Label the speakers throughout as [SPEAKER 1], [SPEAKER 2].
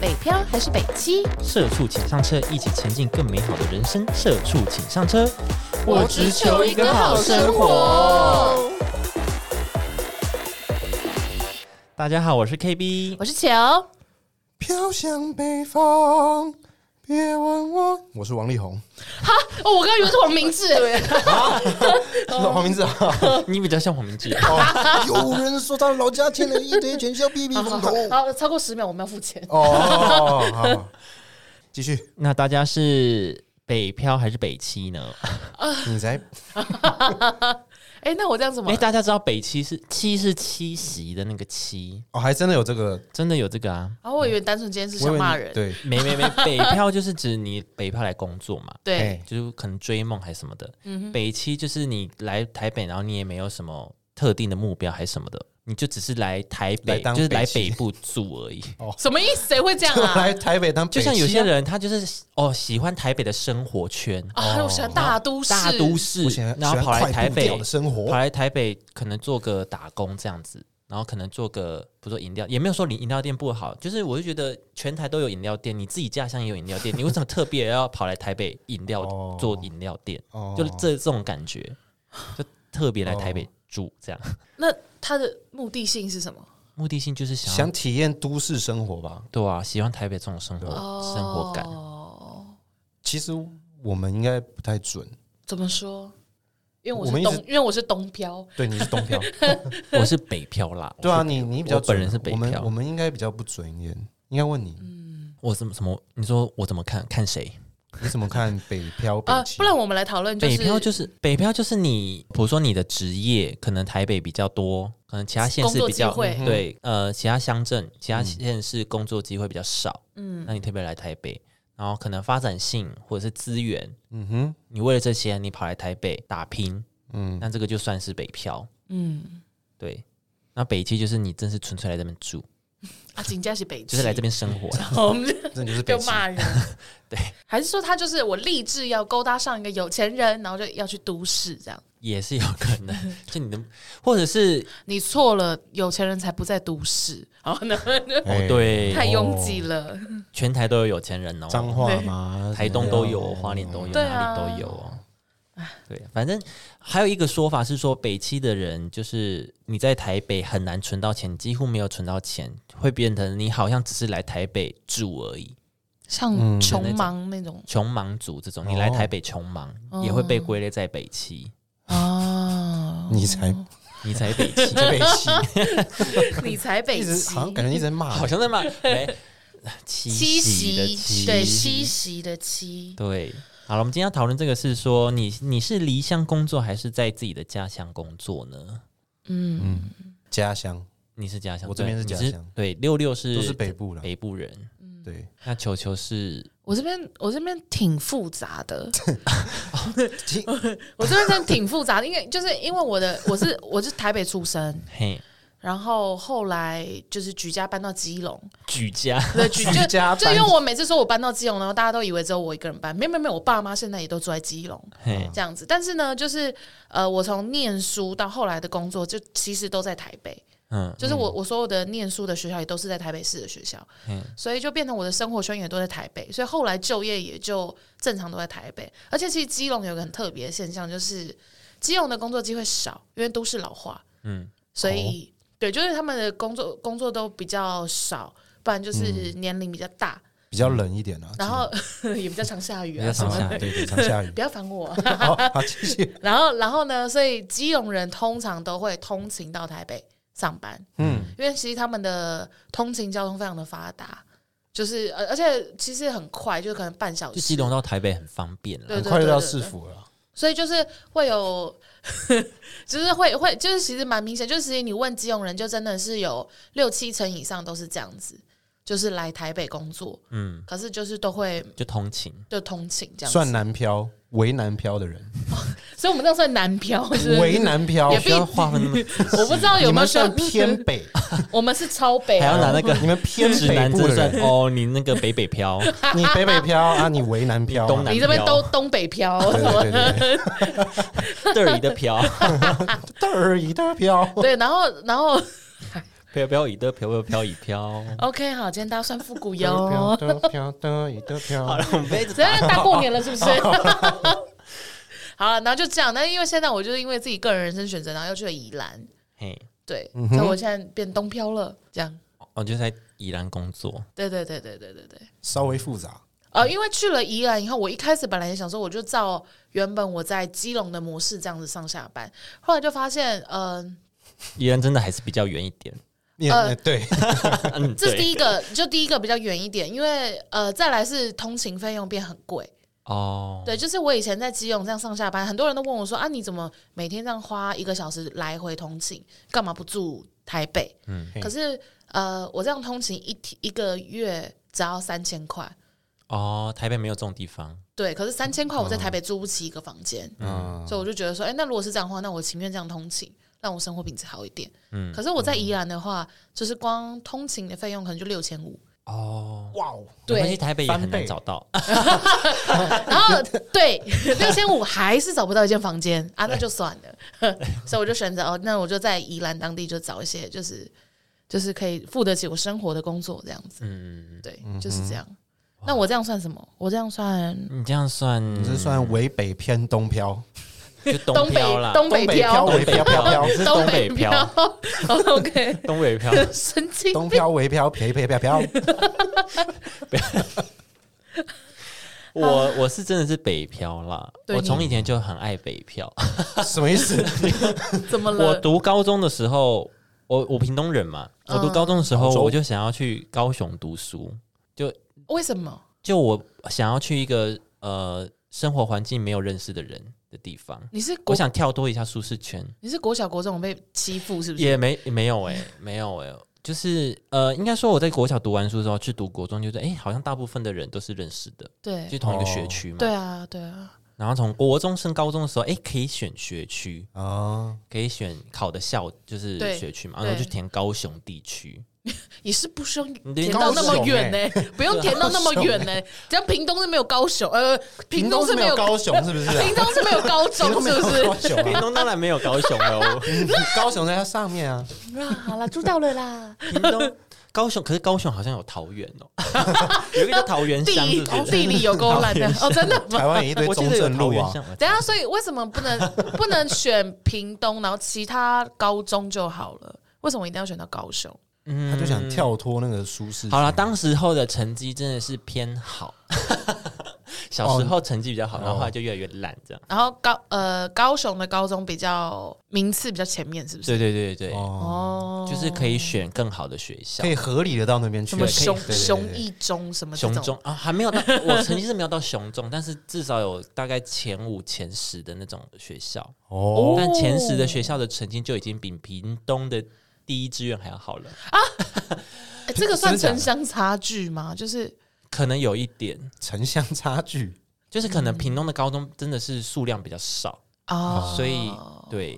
[SPEAKER 1] 北漂还是北七？
[SPEAKER 2] 社畜请上车，一起前进更美好的人生。社畜请上车，
[SPEAKER 1] 我只求一个好生活。
[SPEAKER 2] 大家好，我是 KB，
[SPEAKER 1] 我是球，
[SPEAKER 3] 飘向北方，别问我。我是王力宏，
[SPEAKER 1] 哦，我刚刚以为是黄明 志，
[SPEAKER 3] 黄明志啊。
[SPEAKER 2] 你比较像黄明志。
[SPEAKER 3] 有人说他老家欠了一堆钱，叫避避 风头。
[SPEAKER 1] 好，超过十秒我们要付钱。
[SPEAKER 3] 哦，好，继续。
[SPEAKER 2] 那大家是北漂还是北七 呢？
[SPEAKER 3] 你才
[SPEAKER 1] 哎，那我这样怎么
[SPEAKER 2] 哎、？大家知道北七是七是七夕的那个七，
[SPEAKER 3] 哦，还真的有这个，
[SPEAKER 2] 真的有这个啊？
[SPEAKER 1] 啊，我以为单纯今天是
[SPEAKER 3] 我以
[SPEAKER 1] 想
[SPEAKER 3] 为
[SPEAKER 1] 骂
[SPEAKER 3] 你
[SPEAKER 1] 人。
[SPEAKER 3] 对，
[SPEAKER 2] 没 没没，北漂就是指你北漂来工作嘛。
[SPEAKER 1] 对
[SPEAKER 3] 哎，
[SPEAKER 2] 就是可能追梦还是什么的。
[SPEAKER 1] 嗯
[SPEAKER 2] 北七就是你来台北，然后你也没有什么特定的目标还是什么的，你就只是来台
[SPEAKER 3] 来
[SPEAKER 2] 北，
[SPEAKER 3] 当
[SPEAKER 2] 就是来
[SPEAKER 3] 北
[SPEAKER 2] 北
[SPEAKER 3] 七
[SPEAKER 2] 部住而已。
[SPEAKER 1] 什么意思？谁会这样
[SPEAKER 3] 就
[SPEAKER 1] 啊？
[SPEAKER 3] 来台北当北
[SPEAKER 2] 就
[SPEAKER 3] 七啊，
[SPEAKER 2] 像有些人，他就是哦喜欢台北的生活圈，
[SPEAKER 1] 啊，我喜欢大都市，
[SPEAKER 2] 哦大都
[SPEAKER 1] 市。
[SPEAKER 2] 市
[SPEAKER 3] 我喜欢，
[SPEAKER 2] 然后
[SPEAKER 3] 喜欢
[SPEAKER 2] 跑来
[SPEAKER 3] 快
[SPEAKER 2] 台
[SPEAKER 3] 步
[SPEAKER 2] 北
[SPEAKER 3] 调的生活
[SPEAKER 2] 跑来台北可能做个打工这样子，然后可能做个不做饮料，也没有说饮饮料店不好，就是我就觉得全台都有饮料店，你自己家乡也有饮料 店，你为什么特别要跑来台北饮料
[SPEAKER 3] 哦
[SPEAKER 2] 做饮料店？
[SPEAKER 3] 哦
[SPEAKER 2] 就这这种感觉，就特别来台北住这样，
[SPEAKER 1] 那他的目的性是什么？
[SPEAKER 2] 目的性就是想要
[SPEAKER 3] 想体验都市生活吧。
[SPEAKER 2] 对啊，喜欢台北这种生活生活感。
[SPEAKER 1] 哦，
[SPEAKER 3] 其实我们应该不太准，
[SPEAKER 1] 怎么说？因为我
[SPEAKER 3] 我
[SPEAKER 1] 是
[SPEAKER 3] 们一直
[SPEAKER 1] 东，因为我是东漂，
[SPEAKER 3] 对，你是东漂，
[SPEAKER 2] 我是北漂啦，
[SPEAKER 3] 对啊，
[SPEAKER 2] 我是
[SPEAKER 3] 你你比较
[SPEAKER 2] 我本人
[SPEAKER 3] 准
[SPEAKER 2] 是北
[SPEAKER 3] 我们
[SPEAKER 2] 漂
[SPEAKER 3] 我们应该比较不准一点。应该问你，
[SPEAKER 2] 我怎么怎么？你说我怎么看看谁？
[SPEAKER 3] 你怎么看北漂北
[SPEAKER 1] 啊，
[SPEAKER 3] 七
[SPEAKER 1] 不？然我们来讨论，就
[SPEAKER 2] 北
[SPEAKER 1] 是
[SPEAKER 2] 漂就是北漂就是你，比如说你的职业可能台北比较多，可能其他县市比较
[SPEAKER 1] 工作机会嗯
[SPEAKER 2] 对，呃，其他乡镇、其他县市工作机会比较少，嗯，那你特别来台北，然后可能发展性或者是资源，
[SPEAKER 3] 嗯哼，
[SPEAKER 2] 你为了这些你跑来台北打拼，
[SPEAKER 3] 嗯，
[SPEAKER 2] 那这个就算是北漂，
[SPEAKER 1] 嗯，
[SPEAKER 2] 对。那北七就是你真是纯粹来这边住，
[SPEAKER 1] 啊，景家是北基，
[SPEAKER 2] 就是来这边生活啦，
[SPEAKER 1] 我们
[SPEAKER 3] 这就是北
[SPEAKER 1] 就
[SPEAKER 3] 七。
[SPEAKER 1] 骂人。
[SPEAKER 2] 对，
[SPEAKER 1] 还是说他就是我立志要勾搭上一个有钱人，然后就要去都市这样？
[SPEAKER 2] 也是有可能。 就你的，或者是
[SPEAKER 1] 你错了，有钱人才不在都市，然后呢，
[SPEAKER 3] 哎
[SPEAKER 2] 哦，对，
[SPEAKER 1] 太拥挤了。
[SPEAKER 2] 全台都有有钱人哦，
[SPEAKER 3] 脏话嘛，
[SPEAKER 2] 台东都有，花莲都有，
[SPEAKER 1] 对啊
[SPEAKER 2] 哪里都有哦。对，反正还有一个说法是说，北七的人就是你在台北很难存到钱，几乎没有存到钱，会变成你好像只是来台北住而已，
[SPEAKER 3] 嗯
[SPEAKER 1] 像穷忙那种
[SPEAKER 2] 穷忙族这种，你来台北穷忙、
[SPEAKER 1] 哦
[SPEAKER 2] 也会被归类在北七，
[SPEAKER 1] 啊，
[SPEAKER 3] 你才，
[SPEAKER 2] 你才北七
[SPEAKER 3] 北七，
[SPEAKER 1] 你才北
[SPEAKER 3] 一
[SPEAKER 1] 基，
[SPEAKER 3] 直好像感觉一直在骂
[SPEAKER 2] 好像在骂哎七
[SPEAKER 1] 七
[SPEAKER 2] 夕的
[SPEAKER 1] 夕，对七夕的七，
[SPEAKER 2] 对。好了，我们今天要讨论这个是说，你你是离乡工作还是在自己的家乡工作呢？
[SPEAKER 1] 嗯，
[SPEAKER 3] 家乡，
[SPEAKER 2] 你是家乡，
[SPEAKER 3] 我这
[SPEAKER 2] 对
[SPEAKER 3] 边是
[SPEAKER 2] 你
[SPEAKER 3] 家乡
[SPEAKER 2] 对，六六是
[SPEAKER 3] 都是北部啦。
[SPEAKER 2] 北部人，
[SPEAKER 3] 对，
[SPEAKER 2] 那球球是
[SPEAKER 1] 我这边我这边挺复杂 的，
[SPEAKER 3] 哦其
[SPEAKER 1] 我这边真的挺复杂的，因为就是因为我的我是我是台北出生，
[SPEAKER 2] 嘿
[SPEAKER 1] 然后后来就是举家搬到基 隆，
[SPEAKER 2] 举家，
[SPEAKER 1] 对，举
[SPEAKER 3] 举
[SPEAKER 1] 就
[SPEAKER 3] 家
[SPEAKER 1] 就
[SPEAKER 3] 搬
[SPEAKER 1] 因为我每次说我搬到基隆，然后大家都以为只有我一个人搬，没有没有没有，我爸妈现在也都住在基隆
[SPEAKER 2] 嘿
[SPEAKER 1] 这样子。但是呢，就是呃，我从念书到后来的工作，就其实都在台北，
[SPEAKER 2] 嗯
[SPEAKER 1] 就是我我所有的念书的学校也都是在台北市的学校，
[SPEAKER 2] 嗯
[SPEAKER 1] 所以就变成我的生活圈也都在台北，所以后来就业也就正常都在台北。而且其实基隆有个很特别的现象，就是基隆的工作机会少，因为都市老化，
[SPEAKER 2] 嗯，
[SPEAKER 1] 所以、对，就是他们的工作工作都比较少，不然就是
[SPEAKER 2] 嗯
[SPEAKER 1] 年龄比较大，
[SPEAKER 3] 比较冷一点啊，
[SPEAKER 1] 然后 也比较常下雨
[SPEAKER 2] 啊比
[SPEAKER 1] 啊
[SPEAKER 2] 较
[SPEAKER 1] 什
[SPEAKER 2] 常
[SPEAKER 1] 么
[SPEAKER 2] 下
[SPEAKER 1] 的。
[SPEAKER 3] 对对，常下雨。
[SPEAKER 1] 不要烦我。
[SPEAKER 3] 好，好，继续。
[SPEAKER 1] 然后，然后呢？所以基隆人通常都会通勤到台北上班，
[SPEAKER 3] 嗯，
[SPEAKER 1] 因为其实他们的通勤交通非常的发达，就是呃而而且其实很快，就可能半小
[SPEAKER 2] 就基
[SPEAKER 1] 时。
[SPEAKER 2] 隆到台北很方便了，
[SPEAKER 1] 对
[SPEAKER 3] 很
[SPEAKER 1] 对
[SPEAKER 3] 快就
[SPEAKER 1] 对
[SPEAKER 3] 到
[SPEAKER 1] 对
[SPEAKER 3] 市
[SPEAKER 1] 对，
[SPEAKER 3] 府了。
[SPEAKER 1] 所以就是会有， 就是会会就是其实蛮明显，就是其实你问基隆人，就真的是有六七成以上都是这样子，就是来台北工作，
[SPEAKER 2] 嗯，
[SPEAKER 1] 可是就是都会
[SPEAKER 2] 就通勤，
[SPEAKER 1] 就通勤这样子。
[SPEAKER 3] 算南漂，为南漂的人，
[SPEAKER 1] 所以我们这样算南 漂，是不是
[SPEAKER 3] 为南漂
[SPEAKER 1] 也，
[SPEAKER 2] 不要划分那么，
[SPEAKER 1] 我不知 道有没有啊
[SPEAKER 3] 你们
[SPEAKER 1] 需要
[SPEAKER 3] 算偏北，
[SPEAKER 1] 我们是超北、
[SPEAKER 2] 还要
[SPEAKER 1] 啊，
[SPEAKER 2] 拿那个
[SPEAKER 3] 你们偏
[SPEAKER 2] 指
[SPEAKER 3] 北
[SPEAKER 2] 南
[SPEAKER 3] 部
[SPEAKER 2] 针
[SPEAKER 3] 的
[SPEAKER 2] 算
[SPEAKER 3] 人，
[SPEAKER 2] 哦，你那个北北漂，
[SPEAKER 3] 你北北漂 啊，你为南漂啊，
[SPEAKER 2] 你东南
[SPEAKER 1] 你这边都东北漂，
[SPEAKER 3] 对对对对 对，
[SPEAKER 2] 这里的漂，
[SPEAKER 3] 嘚儿一大漂，
[SPEAKER 1] 对，然后然后
[SPEAKER 2] 飘飘以的飘飘飘以飘。
[SPEAKER 1] OK，好，今天大家算复古
[SPEAKER 3] 飘
[SPEAKER 1] 哟。
[SPEAKER 3] 飘飘的一的
[SPEAKER 2] 好
[SPEAKER 3] 飘
[SPEAKER 2] 了，，我们被
[SPEAKER 1] 只要大过年了，是不是？好了，然后就这样。那因为现在我就是因为自己个人人生选择，然后又去了宜兰，
[SPEAKER 2] 嘿，
[SPEAKER 1] 对，所以我现在变东漂了，这样。
[SPEAKER 2] 我就在宜兰工作，
[SPEAKER 1] 对对对对对对对。
[SPEAKER 3] 稍微复杂。
[SPEAKER 1] 呃，因为去了宜兰以后，我一开始本来也想说，我就照原本我在基隆的模式这样子上下班，后来就发现，嗯、
[SPEAKER 2] 宜兰真的还是比较远一点。
[SPEAKER 3] 也
[SPEAKER 1] 呃
[SPEAKER 3] 呃 对，
[SPEAKER 2] 嗯，
[SPEAKER 1] 这是
[SPEAKER 2] 对
[SPEAKER 1] 第一个，就第一个比较远一点，因为呃，再来是通勤费用变很贵。
[SPEAKER 2] 哦，
[SPEAKER 1] 对，就是我以前在基隆这样上下班，很多人都问我说啊，你怎么每天这样花一个小时来回通勤，干嘛不住台北？
[SPEAKER 2] 嗯
[SPEAKER 1] 可是呃，我这样通勤一天一个月只要三千块，
[SPEAKER 2] 哦，台北没有这种地方，
[SPEAKER 1] 对，可是三千块我在台北租不起一个房间，
[SPEAKER 3] 嗯，
[SPEAKER 1] 所以我就觉得说，哎、那如果是这样的话，那我情愿这样通勤，让我生活品质好一点。嗯，可是我在宜兰的话，就是光通勤的费用可能就六千五，
[SPEAKER 2] 哦，
[SPEAKER 3] 哇哦，
[SPEAKER 1] 对
[SPEAKER 2] 没关系台北也很
[SPEAKER 3] 翻
[SPEAKER 2] 难
[SPEAKER 3] 倍
[SPEAKER 2] 找到。
[SPEAKER 1] 然后对六千五还是找不到一间房间啊，那就算了。 所以我就选择哦，那我就在宜兰当地就找一些就是就是可以付得起我生活的工作这样子。
[SPEAKER 2] 嗯，
[SPEAKER 1] 对，就是这样。那我这样算什么？我这样算
[SPEAKER 2] 你这样算
[SPEAKER 3] 你这算伪北偏东漂，
[SPEAKER 2] 就
[SPEAKER 1] 东
[SPEAKER 2] 东
[SPEAKER 1] 北
[SPEAKER 2] 漂啦，
[SPEAKER 1] 东
[SPEAKER 3] 东
[SPEAKER 1] 北
[SPEAKER 3] 北漂
[SPEAKER 1] 漂，
[SPEAKER 3] 为飘飘飘
[SPEAKER 2] 你，是
[SPEAKER 1] 东
[SPEAKER 2] 东北
[SPEAKER 1] 漂哦
[SPEAKER 2] 漂，。
[SPEAKER 1] OK，
[SPEAKER 2] 东 北漂，
[SPEAKER 1] 神经
[SPEAKER 3] 东漂为飘飘飘飘飘，
[SPEAKER 2] 我我是真的是北漂啦。
[SPEAKER 1] 对
[SPEAKER 2] 我
[SPEAKER 1] 你
[SPEAKER 2] 从以前就很爱北漂。
[SPEAKER 3] 什么 意思？
[SPEAKER 1] 怎么
[SPEAKER 2] 我
[SPEAKER 1] 了？
[SPEAKER 2] 读高中的时候，我我屏东人嘛，我读高中的时候
[SPEAKER 3] 高中
[SPEAKER 2] 我就想要去高雄读书，就
[SPEAKER 1] 为什么？
[SPEAKER 2] 就我想要去一个呃生活环境没有认识的人的地方，
[SPEAKER 1] 你是
[SPEAKER 2] 我
[SPEAKER 1] 国
[SPEAKER 2] 想跳脱一下舒适圈。
[SPEAKER 1] 你是国小国中被欺负是不是？
[SPEAKER 2] 也没也没有哎、没有哎、就是呃，应该说我在国小读完书之后去读国中，就是哎、好像大部分的人都是认识的，
[SPEAKER 1] 对
[SPEAKER 2] 就同一个学区嘛。
[SPEAKER 1] 对啊对啊，
[SPEAKER 2] 然后从国中升高中的时候，哎、可以选学区，
[SPEAKER 3] 哦，
[SPEAKER 2] 可以选考的校就是
[SPEAKER 1] 对
[SPEAKER 2] 学区嘛，然后
[SPEAKER 1] 对
[SPEAKER 2] 就填高雄地区。
[SPEAKER 1] 也是不是用
[SPEAKER 2] 你
[SPEAKER 1] 填
[SPEAKER 2] 高
[SPEAKER 1] 到那么
[SPEAKER 3] 雄
[SPEAKER 1] 远呢、 不用填到那么远呢、只要屏东是没有高雄，呃，屏东是
[SPEAKER 3] 没
[SPEAKER 1] 没有
[SPEAKER 3] 有，高雄，是不是啊？
[SPEAKER 1] 屏东是没有高
[SPEAKER 3] 屏
[SPEAKER 1] 中
[SPEAKER 3] 东没
[SPEAKER 1] 是
[SPEAKER 3] 有
[SPEAKER 1] 不是
[SPEAKER 3] 高？雄
[SPEAKER 2] 屏
[SPEAKER 3] 啊，
[SPEAKER 2] 东当然没有高雄哦喽，
[SPEAKER 3] 高雄在它上 面啊，
[SPEAKER 1] 啊，好啦，知道了啦。
[SPEAKER 2] 屏东高雄，可是高雄好像有桃园 哦、有一个叫桃园
[SPEAKER 1] 地
[SPEAKER 2] 乡，是不是？
[SPEAKER 1] 地理有够烂 的哦，真的吗？
[SPEAKER 3] 台湾也一堆
[SPEAKER 2] 我记
[SPEAKER 3] 中
[SPEAKER 2] 得有
[SPEAKER 3] 正
[SPEAKER 2] 桃
[SPEAKER 3] 路
[SPEAKER 2] 园
[SPEAKER 3] 啊，
[SPEAKER 2] 乡，
[SPEAKER 1] 等一下，所以为什么不能不能选屏东，然后其他高中就好了？为什么一定要选到高雄？
[SPEAKER 2] 嗯
[SPEAKER 3] 他就想跳脱那个舒适。
[SPEAKER 2] 好了，，当时候的成绩真的是偏 好，小时候成绩比较好，然后后来就越来越烂，这样。
[SPEAKER 1] 然后高呃高雄的高中比较名次比较前面，是不是？
[SPEAKER 2] 对对对对，
[SPEAKER 3] 哦，
[SPEAKER 1] 哦，
[SPEAKER 2] 就是可以选更好的学校
[SPEAKER 3] 可。以合理的到那边去，
[SPEAKER 1] 什么
[SPEAKER 3] 可以
[SPEAKER 1] 熊
[SPEAKER 3] 对对对
[SPEAKER 1] 熊一中什么这
[SPEAKER 2] 雄
[SPEAKER 1] 种
[SPEAKER 2] 中啊，还没有到，我成绩是没有到雄 中，但是至少有大概前五、前十的那种学校。
[SPEAKER 3] 哦，
[SPEAKER 2] 但前十的学校的成绩就已经比屏东的第一志愿还要好了，
[SPEAKER 1] 欸这个算
[SPEAKER 3] 真的假
[SPEAKER 1] 城
[SPEAKER 3] 的
[SPEAKER 1] 乡差距吗？就是
[SPEAKER 2] 可能有一点，
[SPEAKER 3] 城乡差距，
[SPEAKER 2] 就是可能屏东的高中真的是数量比较少，
[SPEAKER 1] 嗯哦，
[SPEAKER 2] 所以对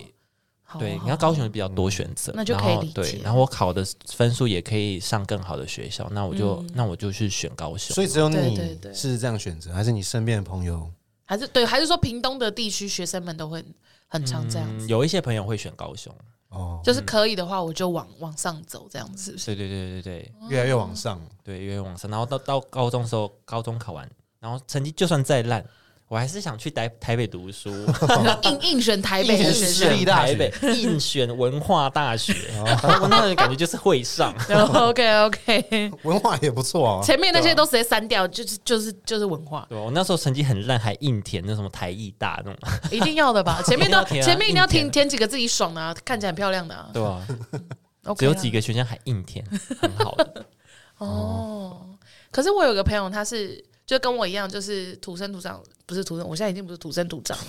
[SPEAKER 1] 好
[SPEAKER 2] 啊对，
[SPEAKER 1] 好
[SPEAKER 2] 你看高雄比较多选择，
[SPEAKER 1] 那就可以
[SPEAKER 2] 然后
[SPEAKER 1] 理解
[SPEAKER 2] 对，然后我考的分数也可以上更好的学校，那我就、
[SPEAKER 1] 嗯
[SPEAKER 2] 那我就去选高雄。
[SPEAKER 3] 所以只有
[SPEAKER 1] 对对
[SPEAKER 3] 你
[SPEAKER 1] 对
[SPEAKER 3] 是这样选择，还是你身边的朋友？
[SPEAKER 1] 还是对，还是说屏东的地区学生们都会很常这样
[SPEAKER 2] 嗯，
[SPEAKER 1] 子，
[SPEAKER 2] 有一些朋友会选高雄，
[SPEAKER 3] 哦，
[SPEAKER 1] 就是可以的话，我就往往上走，这样子是不是？
[SPEAKER 2] 对对对对对
[SPEAKER 3] 越来越往上，
[SPEAKER 2] 对，越往上。然后到到高中的时候，高中考完，然后成绩就算再烂，我还是想去台台北读书，
[SPEAKER 1] 硬硬选台北
[SPEAKER 3] 硬
[SPEAKER 1] 的
[SPEAKER 3] 选
[SPEAKER 1] 学
[SPEAKER 3] 私
[SPEAKER 1] 生
[SPEAKER 3] 立大
[SPEAKER 2] 台
[SPEAKER 3] 学
[SPEAKER 2] 北硬选文化大学， 我那个感觉就是啊会上。
[SPEAKER 1] ，OK OK，
[SPEAKER 3] 文化也不错啊。
[SPEAKER 1] 前面那些都直接删掉，就是就是就是文化，
[SPEAKER 2] 对，我那时候成绩很烂，还硬填那什么台艺大那种，
[SPEAKER 1] 一定要的 吧？前面都
[SPEAKER 2] 一定要填啊
[SPEAKER 1] 前面一定要
[SPEAKER 2] 硬填
[SPEAKER 1] 填填几个自己爽的，啊，看起来很漂亮的啊
[SPEAKER 2] 对啊，
[SPEAKER 1] ，OK
[SPEAKER 2] 只有
[SPEAKER 1] 啊
[SPEAKER 2] 几个学生还硬填，很好的。
[SPEAKER 1] 哦，可是我有个朋友，他是就跟我一样，就是土生土长，不是土生，我现在已经不是土生土长了。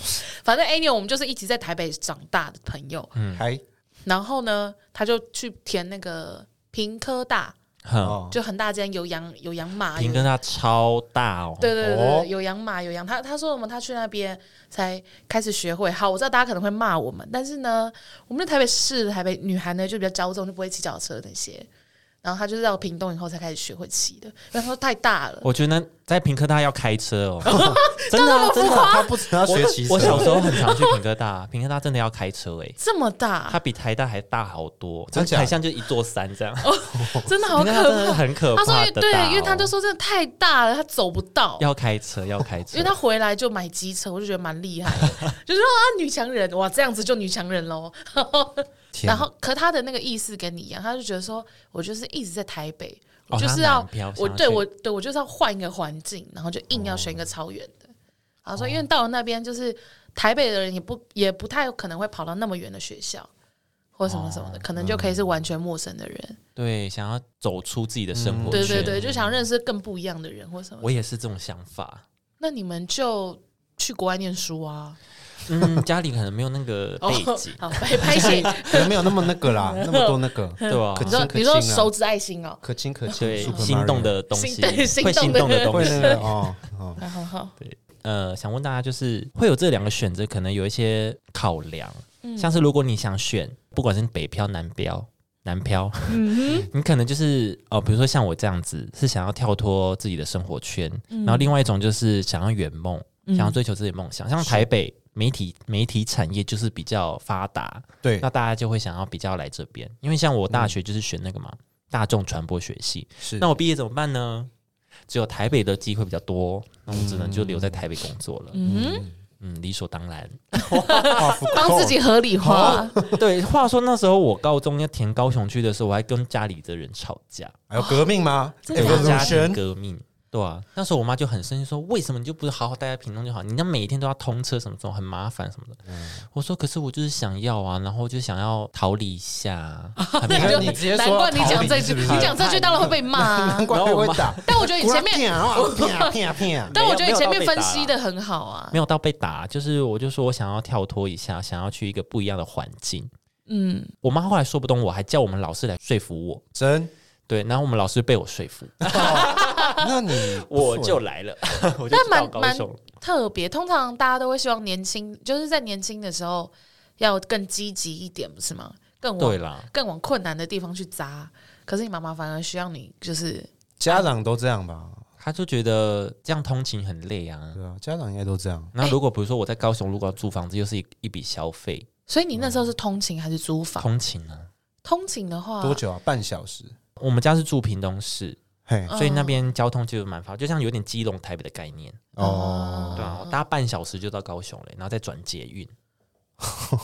[SPEAKER 1] 反正 anyway，我们就是一起在台北长大的朋友。
[SPEAKER 3] 还
[SPEAKER 1] 然后呢，他就去填那个平科大，
[SPEAKER 2] 哼
[SPEAKER 3] 哦，
[SPEAKER 1] 就很大间，有养有养马，
[SPEAKER 2] 平
[SPEAKER 1] 有
[SPEAKER 2] 跟他超大哦，
[SPEAKER 1] 对对对
[SPEAKER 3] 哦
[SPEAKER 1] 对，有养马有养他。他说什么？他去那边才开始学会。好，我知道大家可能会骂我们，但是呢，我们的台北市台北女孩呢就比较骄纵，就不会骑脚车那些。然后他就是到屏东以后才开始学会骑的，因为他说太大了。
[SPEAKER 2] 我觉得在屏科大要开车哦，真的啊真的啊。
[SPEAKER 3] 他不只要学骑车，
[SPEAKER 2] 我小时候很常去屏科大，啊屏科大真的要开车哎、
[SPEAKER 1] 这么大
[SPEAKER 2] 它，比台大还大好多，
[SPEAKER 3] 真假的
[SPEAKER 2] 它海像就一座山这样，
[SPEAKER 1] 真的哦好
[SPEAKER 2] 屏科大真
[SPEAKER 1] 可
[SPEAKER 2] 的
[SPEAKER 1] 怕。
[SPEAKER 2] 很可
[SPEAKER 1] 他说因
[SPEAKER 2] 怕
[SPEAKER 1] 为
[SPEAKER 2] 的大哦、
[SPEAKER 1] 对，因为他就说真的太大了，他走不到。
[SPEAKER 2] 要开车，要开车，
[SPEAKER 1] 因为他回来就买机车，我就觉得蛮厉 害的，就是说啊，女强人哇，这样子就女强人喽。
[SPEAKER 3] 天
[SPEAKER 1] 然后，可他的那个意思跟你一样，他就觉得说我就是一直在台北，
[SPEAKER 2] 哦
[SPEAKER 1] 我就是
[SPEAKER 2] 他
[SPEAKER 1] 要
[SPEAKER 2] 南漂
[SPEAKER 1] 我
[SPEAKER 2] 想要
[SPEAKER 1] 对
[SPEAKER 2] 去
[SPEAKER 1] 我对我就是要换一个环境，然后就硬要
[SPEAKER 2] 哦
[SPEAKER 1] 选一个超远的。然后说，因为到了那边就是台北的人也不也不太可能会跑到那么远的学校。或什么什么
[SPEAKER 2] 哦
[SPEAKER 1] 的，可能就可
[SPEAKER 2] 嗯
[SPEAKER 1] 以是完全陌生的人，
[SPEAKER 2] 对想要走出自己的生活圈，
[SPEAKER 1] 嗯对对对，就想认识更不一样的人或什么的。
[SPEAKER 2] 我也是这种想法。
[SPEAKER 1] 那你们就去国外念书啊，
[SPEAKER 2] 嗯，家里可能没有那个
[SPEAKER 1] 哦
[SPEAKER 2] 背景，，
[SPEAKER 1] 好拍拍写，
[SPEAKER 3] 可能没有那么那 个啦，那么多那个，
[SPEAKER 2] 对吧、
[SPEAKER 3] 可
[SPEAKER 1] 你
[SPEAKER 3] 是
[SPEAKER 1] 说
[SPEAKER 3] 亲
[SPEAKER 1] 你说
[SPEAKER 3] 亲啊
[SPEAKER 1] 手指爱心哦，
[SPEAKER 3] 可亲可 亲
[SPEAKER 2] 对，
[SPEAKER 3] ，Super
[SPEAKER 2] 心
[SPEAKER 3] Mario
[SPEAKER 2] 动的东西，
[SPEAKER 1] 心 对心
[SPEAKER 2] 会心
[SPEAKER 1] 动
[SPEAKER 2] 动
[SPEAKER 1] 的
[SPEAKER 2] 的东
[SPEAKER 3] 会
[SPEAKER 2] 西
[SPEAKER 3] 那。个哦 哦，
[SPEAKER 1] 然后好，
[SPEAKER 2] 呃，想问大家，就是会有这两个选择，可能有一些考量，
[SPEAKER 1] 嗯
[SPEAKER 2] 像是如果你想选，不管是北漂、南漂、南漂，你可能就是哦、比如说像我这样子，是想要跳脱自己的生活圈，然后另外一种就是想要圆梦，想要追求自己的梦想，像台北。媒体媒体产业就是比较发达，
[SPEAKER 3] 对
[SPEAKER 2] 那，大家就会想要比较来这边，因为像我大学就是选那个嘛，大众传播学系，
[SPEAKER 3] 是
[SPEAKER 2] 那我毕业怎么办呢？只有台北的机会比较多，那我只能就留在台北工作了。
[SPEAKER 1] 嗯，
[SPEAKER 2] 嗯，理所当然。
[SPEAKER 3] 哇
[SPEAKER 1] 帮自己合理化，
[SPEAKER 2] 对，话说那时候我高中要填高雄区的时候，我还跟家里的人吵架，
[SPEAKER 3] 还有革命吗？
[SPEAKER 1] 真的假
[SPEAKER 3] 有个
[SPEAKER 1] 的
[SPEAKER 3] 儒
[SPEAKER 2] 啊家庭
[SPEAKER 3] 生，
[SPEAKER 2] 革命。对啊，那时候我妈就很生气，说为什么你就不是好好待在屏东就好？你那每天都要通车什么什么，很麻烦什么的。我说可是我就是想要啊，然后就想要逃离一 下。还没
[SPEAKER 1] 那
[SPEAKER 2] 有
[SPEAKER 1] 你就
[SPEAKER 3] 你直接说
[SPEAKER 1] 难怪你讲
[SPEAKER 3] 逃
[SPEAKER 1] 这
[SPEAKER 3] 离
[SPEAKER 1] 句，
[SPEAKER 3] 是不
[SPEAKER 1] 你
[SPEAKER 3] 是
[SPEAKER 1] 讲这句当然会被骂啊
[SPEAKER 3] 难。怪会打。
[SPEAKER 1] 但我觉得你前面，
[SPEAKER 3] 面啊，啪啪 啪，
[SPEAKER 1] 但我觉得你前面
[SPEAKER 2] 没有
[SPEAKER 1] 分析的很好啊
[SPEAKER 2] 没。有到被打，就是我就说我想要跳脱一下，想要去一个不一样的环境。
[SPEAKER 1] 嗯，
[SPEAKER 2] 我妈后来说不通我，还叫我们老师来说服我。
[SPEAKER 3] 真，
[SPEAKER 2] 对，然后我们老师被我说服，
[SPEAKER 3] 那你
[SPEAKER 2] 我就来了， 我就
[SPEAKER 1] 但
[SPEAKER 2] 到
[SPEAKER 1] 蛮
[SPEAKER 2] 高
[SPEAKER 1] 蛮
[SPEAKER 2] 雄。
[SPEAKER 1] 特别，通常大家都会希望年轻，就是在年轻的时候要更积极一点，不是吗？更往
[SPEAKER 2] 对啦，
[SPEAKER 1] 更往困难的地方去砸。可是你妈妈反而需要你，就是
[SPEAKER 3] 家长都这样吧？
[SPEAKER 2] 他就觉得这样通勤很累啊。
[SPEAKER 3] 对啊，家长应该都这样。
[SPEAKER 2] 那如果比如说我在高雄，如果要租房子，又是一一笔消费，
[SPEAKER 1] 所以你那时候是通勤还是租房？
[SPEAKER 2] 通勤啊。
[SPEAKER 1] 通勤的话，
[SPEAKER 3] 嗯多久啊？半小时。
[SPEAKER 2] 我们家是住屏东市，
[SPEAKER 3] 嘿，
[SPEAKER 1] 嗯
[SPEAKER 2] 所以那边交通就蛮发达，就像有点基隆、台北的概念，
[SPEAKER 3] 哦，
[SPEAKER 2] 对啊，搭半小时就到高雄了，然后再转捷运，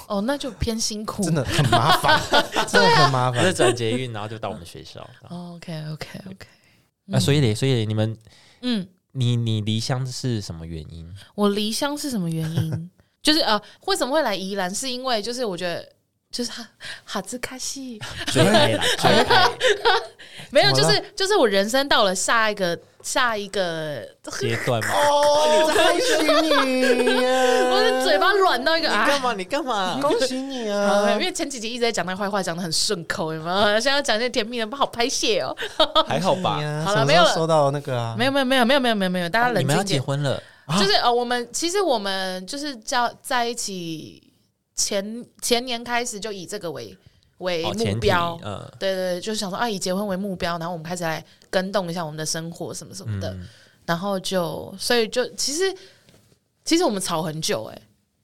[SPEAKER 1] 哦，那就偏辛苦。啊
[SPEAKER 3] 真的很麻 烦，真的很麻
[SPEAKER 2] 再
[SPEAKER 3] 烦。
[SPEAKER 2] 转捷运，然后就到我们学校。
[SPEAKER 1] OK OK OK，
[SPEAKER 2] 啊，所以嘞，所以嘞你们，
[SPEAKER 1] 嗯，
[SPEAKER 2] 你你离乡是什么原因？
[SPEAKER 1] 我离乡是什么原因？就是呃，为什么会来宜兰？是因为就是我觉得就是哈哈兹卡西
[SPEAKER 2] 追爱啦，追爱。
[SPEAKER 1] 没有，
[SPEAKER 3] 怎
[SPEAKER 1] 就
[SPEAKER 3] 么了
[SPEAKER 1] 是就是我人生到了下一个下一个，
[SPEAKER 2] 阶段 吗？
[SPEAKER 3] 哦，你 在害你
[SPEAKER 1] 我的嘴巴软到一个啊。
[SPEAKER 2] 嘛？你干嘛？
[SPEAKER 3] 恭喜
[SPEAKER 1] 好
[SPEAKER 3] 你
[SPEAKER 1] 没有
[SPEAKER 3] 啊
[SPEAKER 1] 因！为前几集一直在讲他坏话，讲的很顺口，有没有？ 现在要讲些甜蜜的，不好拍泄哦。
[SPEAKER 2] 还好吧？
[SPEAKER 1] 好了
[SPEAKER 3] 什么时候
[SPEAKER 1] 没有了
[SPEAKER 3] 收到那个啊
[SPEAKER 1] 没，有没有没有没有没有没有没有，大家冷
[SPEAKER 2] 你们
[SPEAKER 1] 静
[SPEAKER 2] 要
[SPEAKER 1] 一
[SPEAKER 2] 结
[SPEAKER 1] 点。
[SPEAKER 2] 婚了？
[SPEAKER 1] 就是呃，我们其实我们就是交在一起前前年开始就以这个为为
[SPEAKER 2] 哦，
[SPEAKER 1] 目
[SPEAKER 2] 前提，
[SPEAKER 1] 标，
[SPEAKER 2] 嗯，
[SPEAKER 1] 对对对，就是想说啊，以结婚为目标，然后我们开始来跟动一下我们的生活什么什么的，
[SPEAKER 2] 嗯
[SPEAKER 1] 然后就所以就其实其实我们吵很久哎、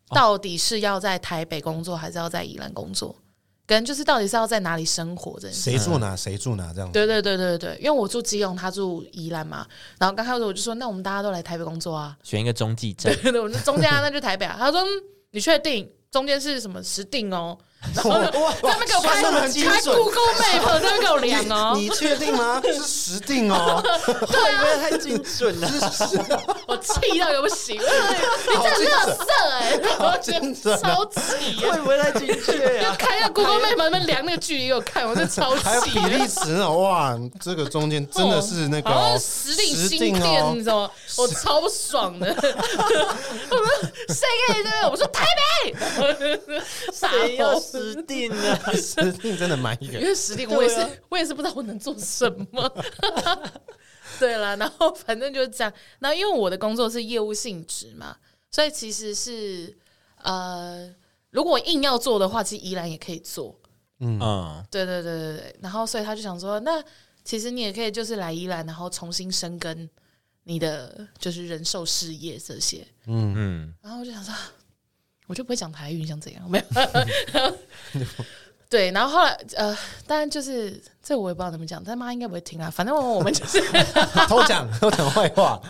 [SPEAKER 3] 哦
[SPEAKER 1] 到底是要在台北工作还是要在宜兰工作，跟就是到底是要在哪里生活这件事。
[SPEAKER 3] 谁住
[SPEAKER 2] 嗯
[SPEAKER 3] 哪谁住哪这样子。
[SPEAKER 1] 对对对对对，因为我住基隆，他住宜兰嘛，然后刚开始我就说，那我们大家都来台北工作啊，
[SPEAKER 2] 选一个中继站
[SPEAKER 1] 对，对对，我说中间啊，那就台北啊。他说、嗯、你确定中间是什么石定哦？然后呢在那边给我拍
[SPEAKER 3] 算得很精
[SPEAKER 1] 开
[SPEAKER 3] 准
[SPEAKER 1] Google Map，在那边给我量哦，
[SPEAKER 3] 你确 定吗？是实定哦，
[SPEAKER 2] 对啊，太精准了。
[SPEAKER 1] 我气到也不行， 我说你这垃圾哎，我觉
[SPEAKER 3] 精准
[SPEAKER 1] 得
[SPEAKER 3] 啊
[SPEAKER 1] 超 气耶。
[SPEAKER 2] 会不会太精确
[SPEAKER 1] 就？开那个 Google Map 那边量那个距离给我看，我真的超
[SPEAKER 3] 还有
[SPEAKER 1] 气
[SPEAKER 3] 比
[SPEAKER 1] 的。
[SPEAKER 3] 例尺呢？哇，这个中间真的是那个
[SPEAKER 1] 好像
[SPEAKER 3] 哦
[SPEAKER 1] 石定新
[SPEAKER 3] 实定
[SPEAKER 1] 店，你
[SPEAKER 3] 哦
[SPEAKER 1] 知，道吗？我超不爽的。我说谁给你的？我说台 北。打
[SPEAKER 2] 谁要
[SPEAKER 1] 我
[SPEAKER 2] 实定呢？
[SPEAKER 3] 实定真的蛮
[SPEAKER 1] 因
[SPEAKER 3] 远。
[SPEAKER 1] 为实力，我也是， 我也是不知道我能做什么。 对啦，然后反正就是这样。然后因为我的工作是业务性质嘛，所以其实是呃，如果我硬要做的话，其实宜兰也可以做。
[SPEAKER 2] 嗯，
[SPEAKER 1] 对对对对对。然后所以他就想说，那其实你也可以就是来宜兰，然后重新生根你的就是人寿事业这些。
[SPEAKER 2] 嗯，
[SPEAKER 1] 然后我就想说，我就不会讲台语，你想怎样？没有。对，然后后来呃，当然就是这我也不知道怎么讲，但妈应该不会听啊。反正我们就是
[SPEAKER 3] 偷讲偷讲坏话，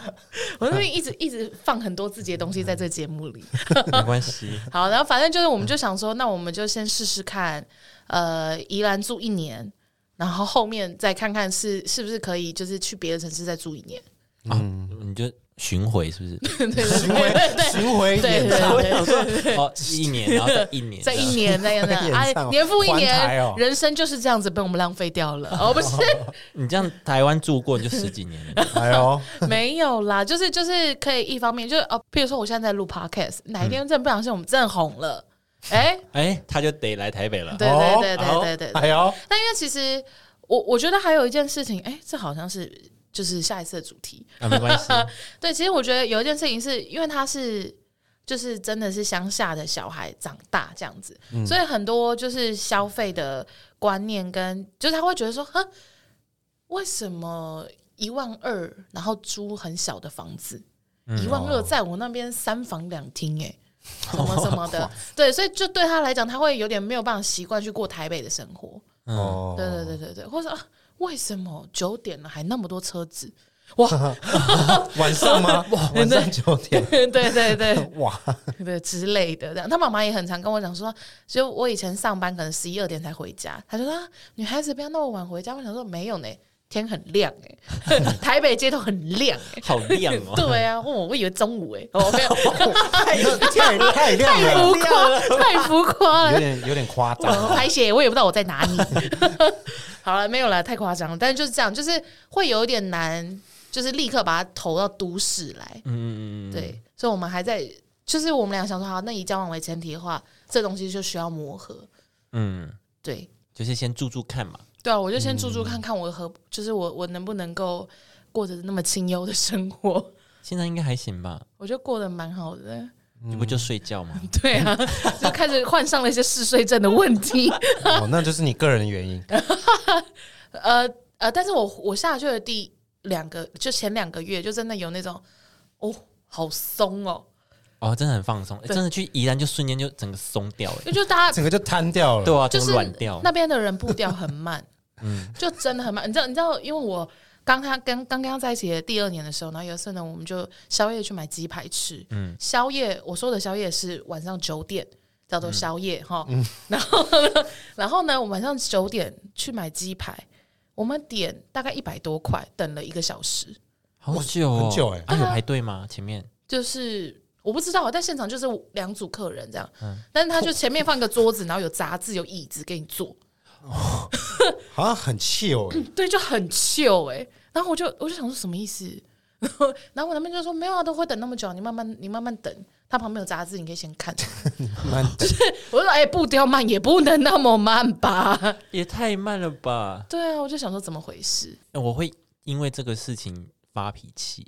[SPEAKER 1] 我们一直一直放很多自己的东西在这节目里。
[SPEAKER 2] 没关系，
[SPEAKER 1] 好，然后反正就是，我们就想说，那我们就先试试看，呃，宜兰住一年，然后后面再看看是是不是可以，就是去别的城市再住一年。
[SPEAKER 2] 你就巡回是不是？
[SPEAKER 1] 对对对
[SPEAKER 3] 巡回
[SPEAKER 1] 对对
[SPEAKER 3] 巡回
[SPEAKER 1] 对
[SPEAKER 3] 演
[SPEAKER 1] 对
[SPEAKER 3] 唱
[SPEAKER 1] 对
[SPEAKER 2] 我想说，哦，一年，然后再 一年，
[SPEAKER 1] 在一年那样的
[SPEAKER 3] 演
[SPEAKER 1] 哎
[SPEAKER 3] 唱，
[SPEAKER 1] 年复一
[SPEAKER 3] 环台
[SPEAKER 1] 年，
[SPEAKER 3] 哦
[SPEAKER 1] 人生就是这样子被我们浪费掉了。哦，不 是，
[SPEAKER 2] 你这样台湾住过你就十几年 了，
[SPEAKER 3] 哎呦，
[SPEAKER 1] 没有啦，就是就是可以一方面就是哦，譬如说我现在在录 podcast，哪一天真的不小心我们真的红了，哎、
[SPEAKER 2] 哎，他就得来台北了。
[SPEAKER 1] 对
[SPEAKER 3] 哦
[SPEAKER 1] 对对对对对对
[SPEAKER 3] 哎呦，
[SPEAKER 1] 但因为其实我我觉得还有一件事情，哎、这好像是就是下一次的主题。
[SPEAKER 2] 啊，没关系，
[SPEAKER 1] 对，其实我觉得有一件事情是因为他是就是真的是乡下的小孩长大这样子，所以很多就是消费的观念跟就是他会觉得说，哼，为什么一万二然后租很小的房子？一万二在我那边三房两厅哎、什么什么的，对，所以就对他来讲，他会有点没有办法习惯去过台北的生活。
[SPEAKER 2] 嗯
[SPEAKER 3] 哦，
[SPEAKER 1] 对对对对对，或者、啊、为什么九点了还那么多车子？哇，
[SPEAKER 3] 晚 上吗？哇，晚上九点，
[SPEAKER 1] 对对对
[SPEAKER 3] 哇，
[SPEAKER 1] 对之类的，这样。他妈妈也很常跟我讲说，就我以前上班可能十一二点才回家，她就说、啊、女孩子不要那么晚回家。我想说没有呢，天很亮哎、 台北街头很亮哎、
[SPEAKER 2] 好亮哦。
[SPEAKER 1] 对啊，我我以为中午哎、哦没有，
[SPEAKER 3] 太太亮
[SPEAKER 1] 太
[SPEAKER 3] 了，
[SPEAKER 1] 浮夸，太浮夸
[SPEAKER 3] 有
[SPEAKER 1] 了。
[SPEAKER 3] 点有点夸张，
[SPEAKER 1] 拍写我也不知道我在哪里。 好了，没有了，太夸张了。但是就是这样，就是会有一点难，就是立刻把它投到都市来。
[SPEAKER 2] 嗯嗯嗯，嗯，
[SPEAKER 1] 对，所以我们还在，就是我们俩想说，好，那以交往为前提的话，这东西就需要磨合。
[SPEAKER 2] 嗯，
[SPEAKER 1] 对，
[SPEAKER 2] 就是先住住看嘛。
[SPEAKER 1] 对啊，我就先住住看看我和，就是我我能不能够过着那么清幽的生活。
[SPEAKER 2] 现在应该还行吧？
[SPEAKER 1] 我觉得过得蛮好的，
[SPEAKER 2] 你不就睡觉吗？
[SPEAKER 1] 对啊，就开始患上了一些嗜睡症的问题。
[SPEAKER 3] 哦，那就是你个人的 原因，
[SPEAKER 1] 呃呃，但是我我下去的第两个，就前两个月，就真的有那种，哦，好松哦，
[SPEAKER 2] 哦，真的很放松，诶
[SPEAKER 1] 对
[SPEAKER 2] 真的去宜兰就瞬间就整个松掉哎
[SPEAKER 1] 因。 为就大家
[SPEAKER 3] 整个就瘫掉了，
[SPEAKER 2] 对啊，
[SPEAKER 1] 就
[SPEAKER 2] 整
[SPEAKER 1] 是
[SPEAKER 2] 个软掉。
[SPEAKER 1] 那边的人步调很慢，
[SPEAKER 2] 嗯
[SPEAKER 1] 就真的很慢。你知道，你知道，因为我刚他跟刚刚在一起的第二年的时候，然后有一次呢，我们就宵夜去买鸡排吃。
[SPEAKER 2] 嗯
[SPEAKER 1] 宵夜，我说的宵夜是晚上九点，叫做宵夜哈。
[SPEAKER 2] 嗯
[SPEAKER 1] 然后 呢，然后呢，我晚上九点去买鸡排，我们点大概一百多块，等了一个小时。
[SPEAKER 2] 好久哦，
[SPEAKER 3] 很久诶
[SPEAKER 2] 啊，有排队吗？前面
[SPEAKER 1] 就是我不知道，但现场就是两组客人这样，
[SPEAKER 2] 嗯
[SPEAKER 1] 但是他就前面放一个桌子，然后有杂志、有椅子给你坐，
[SPEAKER 3] 好像很气 哦，
[SPEAKER 1] 对，就很秀哎、然后我就我就想说什么意思？ 然后然后我男朋友就说没有啊，都会等那么久，你慢慢你慢慢等。他旁边有杂志，你可以先看。
[SPEAKER 3] 蛮
[SPEAKER 1] 我就说哎、步调慢也不能那么慢吧？
[SPEAKER 2] 也太慢了吧？
[SPEAKER 1] 对啊，我就想说怎么回事？
[SPEAKER 2] 诶我会因为这个事情发脾气。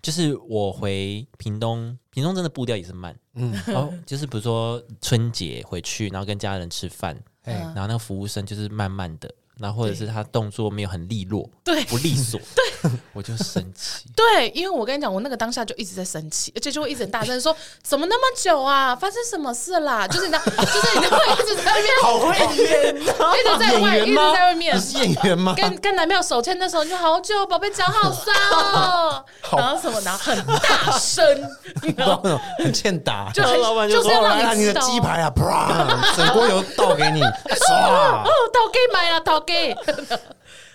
[SPEAKER 2] 就是我回屏东，屏东真的步调也是慢，嗯， 哦，就是比如说春节回去，然后跟家人吃饭，
[SPEAKER 3] 哎
[SPEAKER 2] 然后那个服务生就是慢慢的，然后或者是他动作没有很利落，
[SPEAKER 1] 对
[SPEAKER 2] 不利索，对，我就生气。
[SPEAKER 1] 对，因为我跟你讲，我那个当下就一直在生气，而且就会一直很大声说：“怎么那么久啊？发生什么事啦？”就是你知道，就是你会一直在那边好会演、
[SPEAKER 2] 哦
[SPEAKER 1] 一直在外，一直在外面
[SPEAKER 3] 你是演员吗？
[SPEAKER 1] 跟跟男朋友手牵的时候，你就好久，宝贝脚好酸哦，然后什么，然后很大声，你知道吗
[SPEAKER 3] 很欠打，
[SPEAKER 1] 就很
[SPEAKER 2] 老板就
[SPEAKER 1] 就
[SPEAKER 2] 说
[SPEAKER 1] 是要
[SPEAKER 3] 来
[SPEAKER 1] 让
[SPEAKER 3] 了你的
[SPEAKER 1] 知道
[SPEAKER 3] 鸡排啊，啪，整锅油倒给你， 唰
[SPEAKER 1] 哦，，倒给买了，倒给。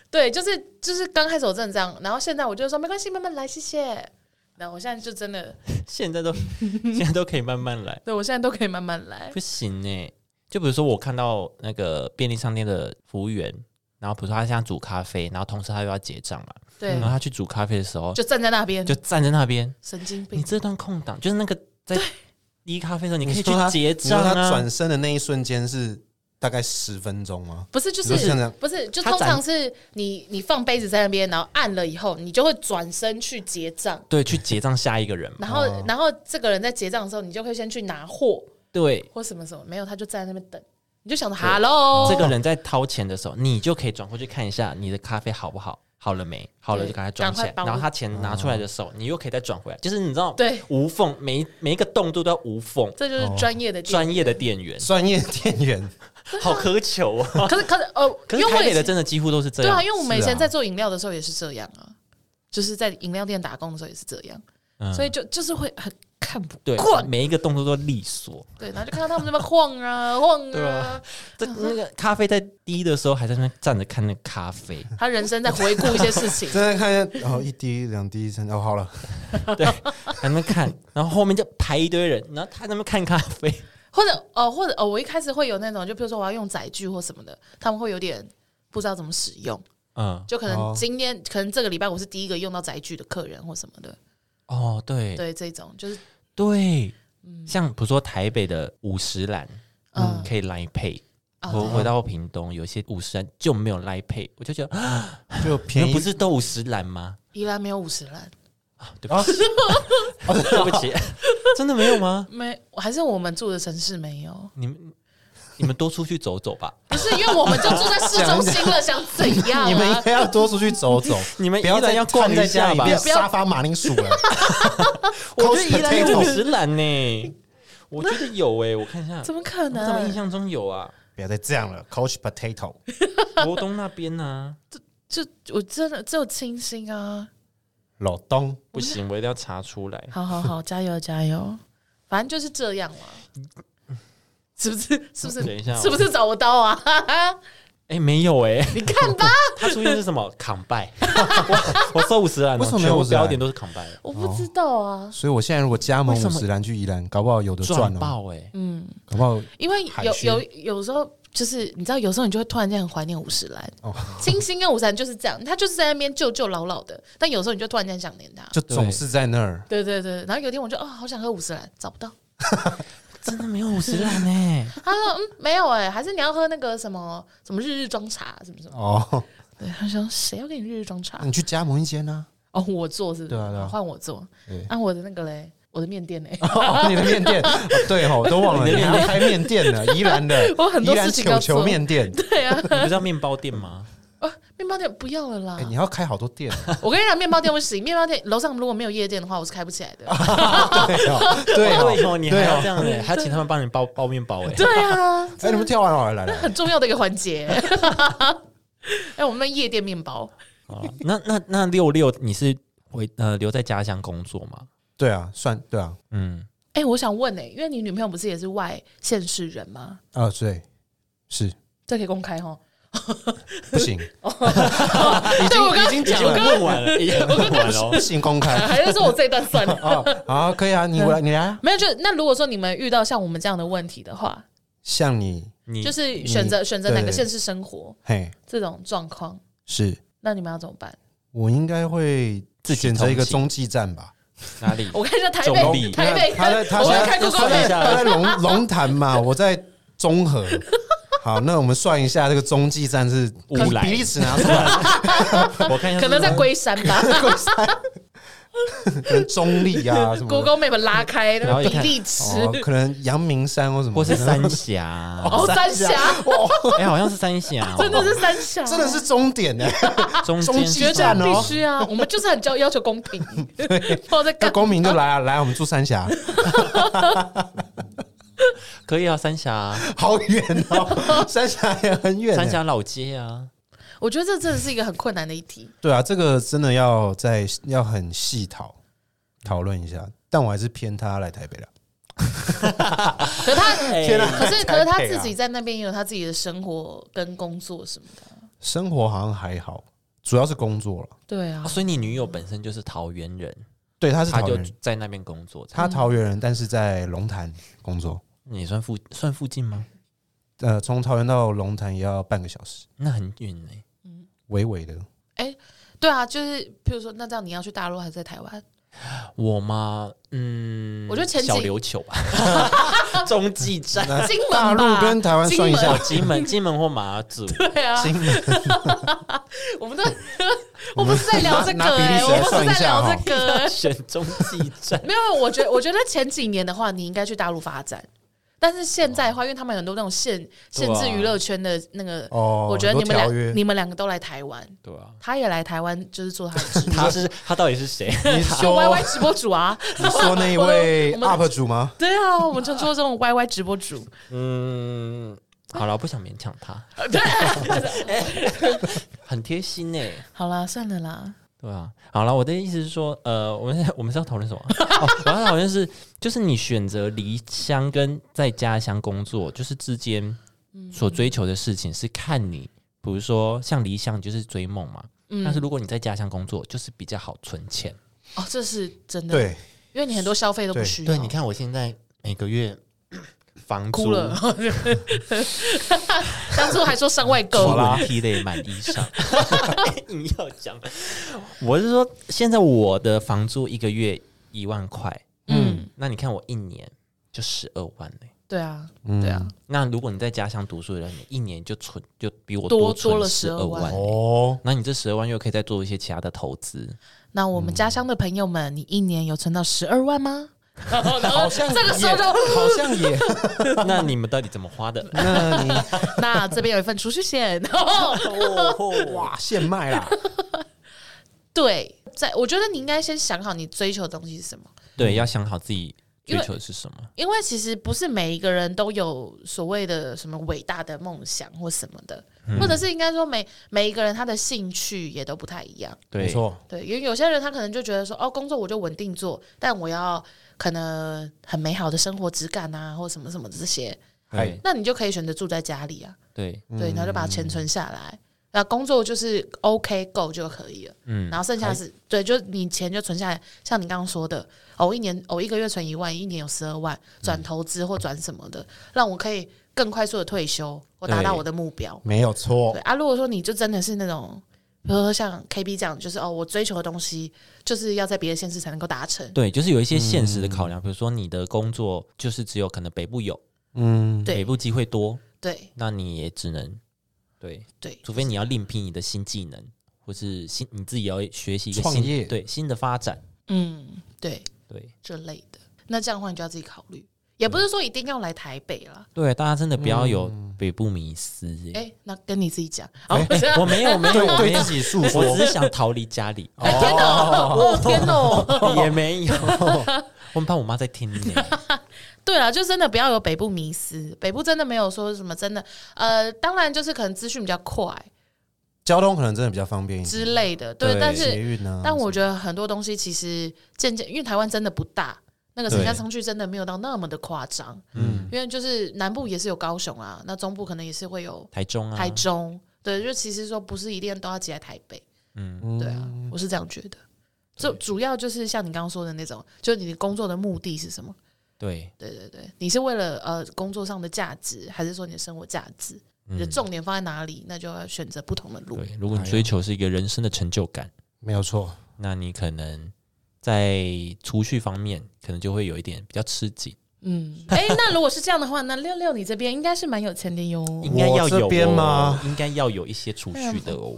[SPEAKER 1] 对，就是就是刚开始我真的这样，然后现在我就说没关系，慢慢来，谢谢。然后我现在就真的，
[SPEAKER 2] 现在都现在都可以慢慢来，
[SPEAKER 1] 对我现在都可以慢慢来。
[SPEAKER 2] 不行呢、就比如说我看到那个便利商店的服务员，然后比如说他现在煮咖啡，然后同时他又要结账嘛，
[SPEAKER 1] 对
[SPEAKER 2] 然后，他去煮咖啡的时候
[SPEAKER 1] 就站在那边，
[SPEAKER 2] 就站在那边，
[SPEAKER 1] 神经
[SPEAKER 2] 你
[SPEAKER 1] 病。
[SPEAKER 2] 这段空档就是那个在滴咖啡的时候，你可以去
[SPEAKER 3] 说他
[SPEAKER 2] 结
[SPEAKER 3] 你说
[SPEAKER 2] 账
[SPEAKER 3] 他
[SPEAKER 2] 啊
[SPEAKER 3] 转。身的那一瞬间是大概十分钟吗？
[SPEAKER 1] 不是，就
[SPEAKER 3] 你说像这
[SPEAKER 1] 是
[SPEAKER 3] 样
[SPEAKER 1] 不是，就
[SPEAKER 2] 他
[SPEAKER 1] 通
[SPEAKER 2] 展
[SPEAKER 1] 常是你你放杯子在那边，然后按了以后，你就会转身去结账，
[SPEAKER 2] 对，去结账下一个人嘛。
[SPEAKER 1] 然后、然后这个人在结账的时候，你就会先去拿货
[SPEAKER 2] 对，
[SPEAKER 1] 或什么什么，没有他就站在那边等，你就想着 hello，
[SPEAKER 2] 这个人在掏钱的时候，你就可以转过去看一下你的咖啡好不好，好了没？好了
[SPEAKER 1] 对
[SPEAKER 2] 就赶快装起来
[SPEAKER 1] 赶快，帮我
[SPEAKER 2] 然后他钱拿出来的时候，你又可以再转回来，就是你知道，
[SPEAKER 1] 对，
[SPEAKER 2] 无缝每一每一个动作都要无缝，
[SPEAKER 1] 这就是专业的店
[SPEAKER 2] 专业的店员，
[SPEAKER 3] 专业店员，
[SPEAKER 2] 好苛求啊！
[SPEAKER 1] 可是可是呃，
[SPEAKER 2] 可
[SPEAKER 1] 因
[SPEAKER 2] 是
[SPEAKER 1] 为我
[SPEAKER 2] 台
[SPEAKER 1] 以
[SPEAKER 2] 北的
[SPEAKER 1] 前
[SPEAKER 2] 真的几乎都是这
[SPEAKER 1] 对
[SPEAKER 2] 样
[SPEAKER 1] 啊，，因为我们以
[SPEAKER 3] 是啊，
[SPEAKER 1] 前在做饮料的时候也是这样啊，就是在饮料店打工的时候也是这样，
[SPEAKER 2] 嗯
[SPEAKER 1] 所以就就是会很看不
[SPEAKER 2] 对
[SPEAKER 1] 惯，
[SPEAKER 2] 每一个动作都利索。
[SPEAKER 1] 对，然后就看到他们在那边晃啊晃
[SPEAKER 2] 对
[SPEAKER 1] 啊
[SPEAKER 2] 啊，这那个咖啡在滴的时候，还在那站着看那个咖啡，
[SPEAKER 1] 他人生在回顾一些事情
[SPEAKER 3] 正在看一下，然后一滴、两滴、三滴，哦，好了，
[SPEAKER 2] 对，还在那边看， 然后后面就排一堆人，然后他在那边看咖啡，
[SPEAKER 1] 或者哦，或者哦，我一开始会有那种，就比如说我要用载具或什么的，他们会有点不知道怎么使用，
[SPEAKER 2] 嗯，
[SPEAKER 1] 就可能
[SPEAKER 3] 哦
[SPEAKER 1] 今天、可能这个礼拜我是第一个用到载具的客人或什么的，
[SPEAKER 2] 哦，对
[SPEAKER 1] 对，这种就是
[SPEAKER 2] 对，像比如说台北的五十兰，
[SPEAKER 1] 嗯
[SPEAKER 2] 嗯，哦可以 Line Pay。
[SPEAKER 1] 啊
[SPEAKER 2] 我回到屏东，有些五十兰就没有 Line Pay，我就觉得啊
[SPEAKER 3] 就
[SPEAKER 2] 你
[SPEAKER 3] 便
[SPEAKER 2] 们
[SPEAKER 3] 宜
[SPEAKER 2] 不是都五十兰吗？
[SPEAKER 1] 宜兰没有五十烂，
[SPEAKER 2] 对不起，
[SPEAKER 3] 哦
[SPEAKER 2] 对不起，真的没有吗？
[SPEAKER 1] 没还是我们住的城市没有。
[SPEAKER 2] 你们你们多出去走走吧，
[SPEAKER 1] 不是因为我们就住在市中心了，想怎样
[SPEAKER 3] 你们应
[SPEAKER 1] 啊？
[SPEAKER 3] 该要多出去走走，
[SPEAKER 2] 你们
[SPEAKER 3] 不要
[SPEAKER 2] 宜兰
[SPEAKER 3] 再
[SPEAKER 2] 要逛
[SPEAKER 3] 躺在
[SPEAKER 2] 一下
[SPEAKER 3] 家里
[SPEAKER 2] 吧
[SPEAKER 3] 面
[SPEAKER 1] 不要
[SPEAKER 3] 沙发马铃薯 了。
[SPEAKER 2] 我觉得宜兰有五
[SPEAKER 3] Couch
[SPEAKER 2] 十兰呢，我觉得有诶，我看一下，
[SPEAKER 1] 怎么可
[SPEAKER 2] 我怎么印
[SPEAKER 1] 能？
[SPEAKER 2] 象中有啊？
[SPEAKER 3] 不要再这样了，Coach Potato。
[SPEAKER 2] 罗东那边啊呢？
[SPEAKER 1] 就我真的只有清新啊！
[SPEAKER 3] 老东，
[SPEAKER 2] 不行，我一定要查出来。
[SPEAKER 1] 好好好，加油加油！反正就是这样嘛，是不是？是不是？
[SPEAKER 2] 等一下哦
[SPEAKER 1] 是不是找不到啊？
[SPEAKER 2] 哎，没有诶，
[SPEAKER 1] 你看吧，
[SPEAKER 2] 它出现是什么？扛 拜，我我收五十兰哦，
[SPEAKER 3] 为什么没
[SPEAKER 2] 全
[SPEAKER 3] 有啊
[SPEAKER 2] 部
[SPEAKER 3] 50兰
[SPEAKER 2] 标点都是扛拜了，
[SPEAKER 1] 我不知道啊。
[SPEAKER 3] 所以我现在如果加盟
[SPEAKER 2] 为什
[SPEAKER 3] 五
[SPEAKER 2] 么
[SPEAKER 3] 十兰去宜兰，搞不好有的赚
[SPEAKER 2] 赚
[SPEAKER 3] 哦，
[SPEAKER 2] 爆哎诶。
[SPEAKER 1] 嗯，
[SPEAKER 3] 搞不好
[SPEAKER 1] 因为
[SPEAKER 3] 海
[SPEAKER 1] 有
[SPEAKER 3] 巡
[SPEAKER 1] 有有时候就是你知道，有时候你就会突然间很怀念五十岚
[SPEAKER 3] 哦，
[SPEAKER 1] 清新跟五十岚就是这样，他就是在那边旧旧老老的，但有时候你就突然间想念他。
[SPEAKER 3] 就总是在那儿。
[SPEAKER 1] 对对对，然后有一天我就哦，好想喝五十岚，找不到。
[SPEAKER 2] 真的没有五十兰 诶。
[SPEAKER 1] 他说：“嗯，没有哎、还是你要喝那个什么什么日日装茶，什么什么
[SPEAKER 3] 哦，？”
[SPEAKER 1] 对，他说：“谁要给你日日装茶
[SPEAKER 3] 那你去加盟一间啊？？”
[SPEAKER 1] 哦，我做是不是？
[SPEAKER 3] 嗯
[SPEAKER 1] 哦
[SPEAKER 3] 对啊对啊
[SPEAKER 1] 换我做
[SPEAKER 3] 对。
[SPEAKER 1] 啊，我的那个嘞，我的面店嘞，
[SPEAKER 3] 哦，你的面店， 哦对哦，我都忘了，
[SPEAKER 2] 你的
[SPEAKER 3] 你
[SPEAKER 2] 面
[SPEAKER 3] 还开面店呢，宜兰的，
[SPEAKER 1] 我很多
[SPEAKER 3] 宜兰
[SPEAKER 1] 事情要
[SPEAKER 3] 球球
[SPEAKER 1] 做
[SPEAKER 3] 面店，
[SPEAKER 1] 对啊，
[SPEAKER 2] 你不是要面包店吗？
[SPEAKER 1] 啊，面包店不要了啦
[SPEAKER 3] 哎，。你要开好多店，
[SPEAKER 1] 我跟你讲，面包店不行，面包店楼上如果没有夜店的话，我是开不起来的。
[SPEAKER 3] 啊对哦，对
[SPEAKER 2] 对
[SPEAKER 3] 哦，
[SPEAKER 2] 哦，你还要
[SPEAKER 3] 对
[SPEAKER 2] 这样哎，还要请他们帮你包包面包哎。
[SPEAKER 1] 对啊，
[SPEAKER 3] 哎，你们跳完了，来来来，
[SPEAKER 1] 很重要的一个环节。 哎，我们的夜店面包，
[SPEAKER 2] 好啦哦那那那六六，你是回呃留在家乡工作吗？
[SPEAKER 3] 对啊，算对啊，
[SPEAKER 2] 嗯，
[SPEAKER 1] 哎，我想问哎、因为你女朋友不是也是外县市人吗？
[SPEAKER 3] 啊，对，是
[SPEAKER 1] 这可以公开哦。
[SPEAKER 3] 不行，
[SPEAKER 2] 已
[SPEAKER 1] 对我刚
[SPEAKER 2] 已经讲
[SPEAKER 1] 我
[SPEAKER 2] 了，
[SPEAKER 1] 刚
[SPEAKER 2] 问完了，已经问完了
[SPEAKER 3] 不
[SPEAKER 2] 哦。
[SPEAKER 3] 行，公 开
[SPEAKER 1] 还是说我这一段算了？
[SPEAKER 3] 啊，好，可以啊，你我来，你来啊，
[SPEAKER 1] 没有，就那如果说你们遇到像我们这样的问题的话，
[SPEAKER 3] 像你，
[SPEAKER 2] 你
[SPEAKER 1] 就是是选择
[SPEAKER 3] 你
[SPEAKER 1] 选择哪个
[SPEAKER 3] 对
[SPEAKER 1] 县市生活
[SPEAKER 3] 嘿，
[SPEAKER 1] 这种状况，
[SPEAKER 3] 是
[SPEAKER 1] 那你们要怎么办？
[SPEAKER 3] 我应该会
[SPEAKER 2] 自己
[SPEAKER 3] 选择一个
[SPEAKER 2] 同
[SPEAKER 3] 中继站吧。
[SPEAKER 2] 哪里？
[SPEAKER 1] 我看一下台
[SPEAKER 2] 中
[SPEAKER 1] 北，
[SPEAKER 2] 立
[SPEAKER 1] 台北
[SPEAKER 3] 他在
[SPEAKER 1] 跟
[SPEAKER 3] 他
[SPEAKER 1] 我们
[SPEAKER 3] 现在
[SPEAKER 1] 开 g
[SPEAKER 2] 要
[SPEAKER 1] o
[SPEAKER 2] 算 一下
[SPEAKER 3] 他在龙龙潭嘛，我在中和。好，那我们算一下这个中继站是
[SPEAKER 2] 乌
[SPEAKER 3] 比
[SPEAKER 2] 来
[SPEAKER 3] 比例尺拿出来，
[SPEAKER 2] 我看一
[SPEAKER 1] 可
[SPEAKER 2] 下是不是，
[SPEAKER 1] 能在龟山吧
[SPEAKER 3] 可能中立啊什么的，
[SPEAKER 1] ，Google Map 拉开
[SPEAKER 2] 然
[SPEAKER 1] 那
[SPEAKER 2] 后一
[SPEAKER 1] 个比
[SPEAKER 2] 看
[SPEAKER 1] 例尺，
[SPEAKER 3] 哦，可能阳明山或什么的，哦
[SPEAKER 2] 或是三 峡。
[SPEAKER 1] 哦，三峡，
[SPEAKER 2] 哎，好像是三峡哦，
[SPEAKER 1] 真的是三峡，
[SPEAKER 3] 真的是终点呢，
[SPEAKER 2] 中
[SPEAKER 3] 中
[SPEAKER 2] 间
[SPEAKER 3] 继
[SPEAKER 1] 绝对
[SPEAKER 3] 站
[SPEAKER 1] 必
[SPEAKER 3] 哦。
[SPEAKER 1] 须啊！我们就是很要要求公 平，不知道在
[SPEAKER 3] 那
[SPEAKER 1] 干
[SPEAKER 3] 公民就来啊，来啊，我们住三峡，
[SPEAKER 2] 可以啊，三峡啊，
[SPEAKER 3] 好远哦，三峡也很远。
[SPEAKER 2] 三峡老街啊，
[SPEAKER 1] 我觉得这真的是一个很困难的一题。
[SPEAKER 3] 对啊，这个真的要在要很细讨讨论一下，但我还是偏他来台北了。
[SPEAKER 1] 可他
[SPEAKER 2] 天啊
[SPEAKER 1] 可是可是他
[SPEAKER 3] 台北
[SPEAKER 1] 自
[SPEAKER 3] 啊
[SPEAKER 1] 己在那边也有他自己的生活跟工作什么的啊，
[SPEAKER 3] 生活好像还好，主要是工作了。
[SPEAKER 1] 对啊
[SPEAKER 2] 啊，所以你女友本身就是桃园人，
[SPEAKER 3] 对，他是
[SPEAKER 2] 她
[SPEAKER 3] 桃
[SPEAKER 2] 就
[SPEAKER 3] 园人，
[SPEAKER 2] 在那边工作，
[SPEAKER 3] 他桃园人，但是在龙潭工作。
[SPEAKER 2] 你算附算附近吗？
[SPEAKER 3] 呃，从桃园到龙潭也要半个小时，
[SPEAKER 2] 那很远呢。
[SPEAKER 3] 微微的。
[SPEAKER 1] 对啊，就是譬如说，那这样你要去大陆还是在台湾？
[SPEAKER 2] 我吗？嗯，
[SPEAKER 1] 我觉得前几
[SPEAKER 2] 小琉球吧， 中继站，
[SPEAKER 1] 金门
[SPEAKER 3] 大
[SPEAKER 1] 吧
[SPEAKER 3] 陆跟台湾算一下，
[SPEAKER 2] 金门，金门或马 祖。
[SPEAKER 1] 对啊，
[SPEAKER 3] 金门
[SPEAKER 1] 我们都 我们是在聊这个
[SPEAKER 3] 拿拿比例
[SPEAKER 1] 哎、
[SPEAKER 3] 尺
[SPEAKER 1] 我们
[SPEAKER 3] 来
[SPEAKER 1] 不是
[SPEAKER 3] 算一
[SPEAKER 1] 在
[SPEAKER 3] 下
[SPEAKER 1] 聊
[SPEAKER 3] 哈
[SPEAKER 1] 这 个、哎
[SPEAKER 2] 选中继站
[SPEAKER 1] 没有，我觉我觉得前几年的话，你应该去大陆发展，但是现在的话，因为他们有很多那种限限制娱乐圈的那个，
[SPEAKER 3] 啊哦，
[SPEAKER 1] 我觉得
[SPEAKER 3] 很
[SPEAKER 1] 你
[SPEAKER 3] 多
[SPEAKER 1] 们
[SPEAKER 3] 条
[SPEAKER 1] 两
[SPEAKER 3] 约，
[SPEAKER 1] 你们两个都来台湾，
[SPEAKER 2] 对啊，
[SPEAKER 1] 他也来台湾，就是做他的直播
[SPEAKER 2] 他 是他到底是 谁？
[SPEAKER 3] 你
[SPEAKER 1] 就
[SPEAKER 3] 说
[SPEAKER 1] YY 直播主啊，
[SPEAKER 3] 你说那一位 UP 主吗？
[SPEAKER 1] 对啊，我们就做这种 YY 直播主，
[SPEAKER 2] 嗯，好了，我不想勉强 他，
[SPEAKER 1] 对，
[SPEAKER 2] 很贴心呢、
[SPEAKER 1] 好啦，算了啦，
[SPEAKER 2] 对啊，好了，我的意思是说，呃，我们现在我 们是要讨论什么？哦、我要讨论是，就是你选择离乡跟在家乡工作，就是之间
[SPEAKER 1] 嗯
[SPEAKER 2] 所追求的事情是看你，比如说像离乡就是追梦嘛，
[SPEAKER 1] 嗯
[SPEAKER 2] 但是如果你在家乡工作，就是比较好存钱。
[SPEAKER 1] 哦，这是真的，，
[SPEAKER 3] 对，
[SPEAKER 1] 因为你很多消费都不需要，
[SPEAKER 2] 对，你看我现在每个 月房租
[SPEAKER 1] 哭了，当初还说上外
[SPEAKER 2] 出
[SPEAKER 1] 购，
[SPEAKER 2] 文涕泪满衣 裳。哎你要讲，我是说，现在我的房租一个月一万块，
[SPEAKER 1] 嗯，
[SPEAKER 2] 那你看我一年就十二万嘞、
[SPEAKER 1] 对啊，
[SPEAKER 3] 嗯
[SPEAKER 1] 对啊，
[SPEAKER 2] 那如果你在家乡读书的人，你一年就存就比我
[SPEAKER 1] 多多
[SPEAKER 2] 存
[SPEAKER 1] 了
[SPEAKER 2] 十二
[SPEAKER 1] 12万
[SPEAKER 2] 万、
[SPEAKER 3] 哦，
[SPEAKER 2] 那你这十二万又可以再做一些其他的投资，
[SPEAKER 1] 那我们家乡的朋友们，你一年有存到十二万吗？
[SPEAKER 3] 好像
[SPEAKER 1] 这个时候
[SPEAKER 3] 也
[SPEAKER 1] 就
[SPEAKER 3] 好像也，
[SPEAKER 2] 那你们到底怎么花的？
[SPEAKER 3] 那你
[SPEAKER 1] 那这边有一份储蓄险，
[SPEAKER 2] 哇，
[SPEAKER 3] 哇，现卖啦，
[SPEAKER 1] 对，在我觉得你应该先想好你追求的东西是什么，
[SPEAKER 2] 对，要想好自己追
[SPEAKER 1] 因为
[SPEAKER 2] 求的是什么。
[SPEAKER 1] 因为其实不是每一个人都有所谓的什么伟大的梦想或什么的，或者是应该说每每一个人他的兴趣也都不太一样。
[SPEAKER 2] 对，
[SPEAKER 3] 没错，
[SPEAKER 1] 对，因为有些人他可能就觉得说，哦，工作我就稳定做，但我要可能很美好的生活质感啊，或什么什么这些，
[SPEAKER 2] 对
[SPEAKER 1] 那你就可以选择住在家里啊，
[SPEAKER 2] 对，
[SPEAKER 1] 对，然后就
[SPEAKER 2] 嗯
[SPEAKER 1] 把钱存下来。那工作就是 OK 够就可以了，
[SPEAKER 2] 嗯
[SPEAKER 1] 然后剩下是对，就你钱就存下来，像你刚刚说的，哦，我一年哦一个月存一万，一年有十二万，
[SPEAKER 2] 嗯
[SPEAKER 1] 转投资或转什么的，让我可以更快速的退休，我达到
[SPEAKER 2] 对
[SPEAKER 1] 我的目标。
[SPEAKER 3] 没有错
[SPEAKER 1] 对，啊，如果说你就真的是那种，比如说像 KB 这样，就是哦，我追求的东西就是要在别的县市才能够达成，
[SPEAKER 2] 对，就是有一些现实的考量，比如说你的工作就是只有可能北部有，
[SPEAKER 3] 嗯，
[SPEAKER 1] 对
[SPEAKER 2] 北部机会多，
[SPEAKER 1] 对
[SPEAKER 2] 那你也只能对，
[SPEAKER 1] 对，
[SPEAKER 2] 除非你要另辟你的新技能，或是新你自己要学习一个
[SPEAKER 3] 创
[SPEAKER 2] 新
[SPEAKER 3] 业
[SPEAKER 2] 对新的发展，
[SPEAKER 1] 嗯，对
[SPEAKER 2] 对
[SPEAKER 1] 这类的。那这样的话，你就要自己考虑，也不是说一定要来台北啦。
[SPEAKER 2] 对，嗯大家真的不要有北部迷思、欸。
[SPEAKER 1] 哎、那跟你自己讲，哦，不是
[SPEAKER 2] 哎 我没有，没有，
[SPEAKER 3] 对
[SPEAKER 2] 我没有
[SPEAKER 3] 对自己诉
[SPEAKER 2] 我
[SPEAKER 3] 说
[SPEAKER 2] 只，是想逃离家 里，
[SPEAKER 1] 天哪，我天哪！
[SPEAKER 2] 也没有。 我很怕我妈在听 呢、
[SPEAKER 1] 对了，就真的不要有北部迷思，北部真的没有说什么真的，呃，当然就是可能资讯比较快
[SPEAKER 3] 交通可能真的比较方便一点，
[SPEAKER 1] 之类的，对，
[SPEAKER 2] 对
[SPEAKER 1] 但
[SPEAKER 3] 捷
[SPEAKER 1] 是
[SPEAKER 3] 运啊
[SPEAKER 2] 啊
[SPEAKER 3] 呢？
[SPEAKER 1] 但我觉得很多东西其实渐渐，因为台湾真的不大。那个城乡
[SPEAKER 2] 对
[SPEAKER 1] 差距真的没有到那么的夸张，
[SPEAKER 2] 嗯，
[SPEAKER 1] 因为就是南部也是有高雄啊，那中部可能也是会有
[SPEAKER 2] 台中啊，
[SPEAKER 1] 台中，对，就其实说不是一定都要挤在台北，
[SPEAKER 2] 嗯，
[SPEAKER 3] 嗯
[SPEAKER 1] 对啊，我是这样觉得。就主要就是像你刚刚说的那种，就是你工作的目的是什么？
[SPEAKER 2] 对，
[SPEAKER 1] 对对对，你是为了呃工作上的价值，还是说你的生活价值？你的
[SPEAKER 2] 嗯，
[SPEAKER 1] 重点放在哪里？那就要选择不同的路。
[SPEAKER 2] 对。如果你追求是一个人生的成就感，
[SPEAKER 3] 没有错，
[SPEAKER 2] 那你可能在储蓄方面可能就会有一点比较吃紧，
[SPEAKER 1] 嗯，哎，那如果是这样的话，那六六你这边应该是蛮有钱的哟。
[SPEAKER 2] 应该要有、
[SPEAKER 3] 我这
[SPEAKER 2] 哦、
[SPEAKER 3] 边吗？
[SPEAKER 2] 应该要有一些储蓄的哦。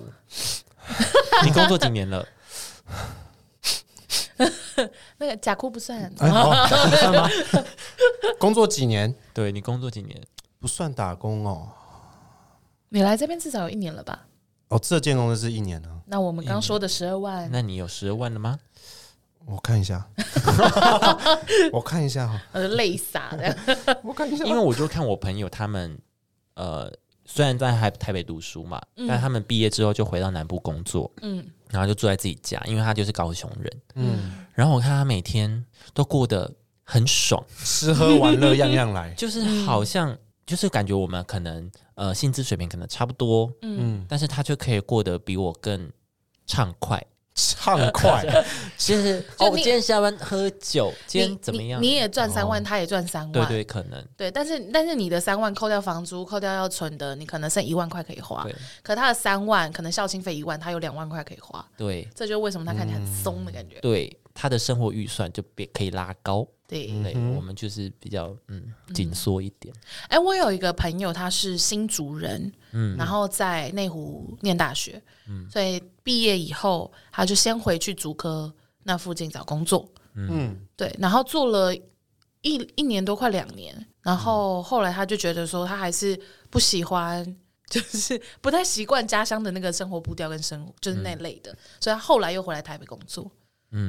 [SPEAKER 2] 你工作几年了？
[SPEAKER 1] 那个假哭不
[SPEAKER 2] 嗯
[SPEAKER 1] 算， 哦
[SPEAKER 3] 哎，好，不算吗？工作几年
[SPEAKER 2] 对你工作几年？
[SPEAKER 3] 不算打工哦，
[SPEAKER 1] 你来这边至少有一年了吧？
[SPEAKER 3] 哦，这间公司是一年啊呢，
[SPEAKER 1] 那我们刚说的十二万，
[SPEAKER 2] 那你有十二万了吗？
[SPEAKER 3] 我看一下，我看一下哈，
[SPEAKER 1] 呃，累傻 的。
[SPEAKER 3] 我看一下，
[SPEAKER 2] 因为我就看我朋友他们，呃，虽然在台台北读书嘛，但他们毕业之后就回到南部工作，
[SPEAKER 1] 嗯，
[SPEAKER 2] 然后就住在自己家，因为他就是高雄人。
[SPEAKER 3] 嗯，
[SPEAKER 2] 然后我看他每天都过得很爽，
[SPEAKER 3] 吃喝玩乐样样来，
[SPEAKER 2] 就是好像、就是感觉我们可能呃薪资水平可能差不多，
[SPEAKER 3] 嗯，
[SPEAKER 2] 但是他却可以过得比我更畅快。
[SPEAKER 3] 畅快，
[SPEAKER 2] 就是
[SPEAKER 1] 就
[SPEAKER 2] 哦，我
[SPEAKER 1] 你
[SPEAKER 2] 今天下班喝酒，今
[SPEAKER 1] 你
[SPEAKER 2] 天怎么样？哦
[SPEAKER 1] 你你也赚三万，他也赚三万，
[SPEAKER 2] 对对，可能
[SPEAKER 1] 对，但是但是你的三万扣掉房租，扣掉要存的，你可能剩一万块可以花
[SPEAKER 2] 对。
[SPEAKER 1] 可他的三万，可能校庆费一万，他有两万块可以花。
[SPEAKER 2] 对
[SPEAKER 1] 这就是为什么他看起来很松的感觉。
[SPEAKER 2] 对，他的生活预算就别可以拉高。
[SPEAKER 1] 对，
[SPEAKER 2] 对，我们就是比较嗯紧缩一点。
[SPEAKER 1] 哎、我有一个朋友，他是新竹人，嗯，然后在内湖念大学，嗯，所以毕业以后，他就先回去竹科那附近找工作，
[SPEAKER 3] 嗯，
[SPEAKER 1] 对，然后做了一一年多，快两年，然然后后来他就觉得说，他还是不喜欢，就是不太习惯家乡的那个生活步调跟生活，就是那类的，所以他后来又回来台北工作。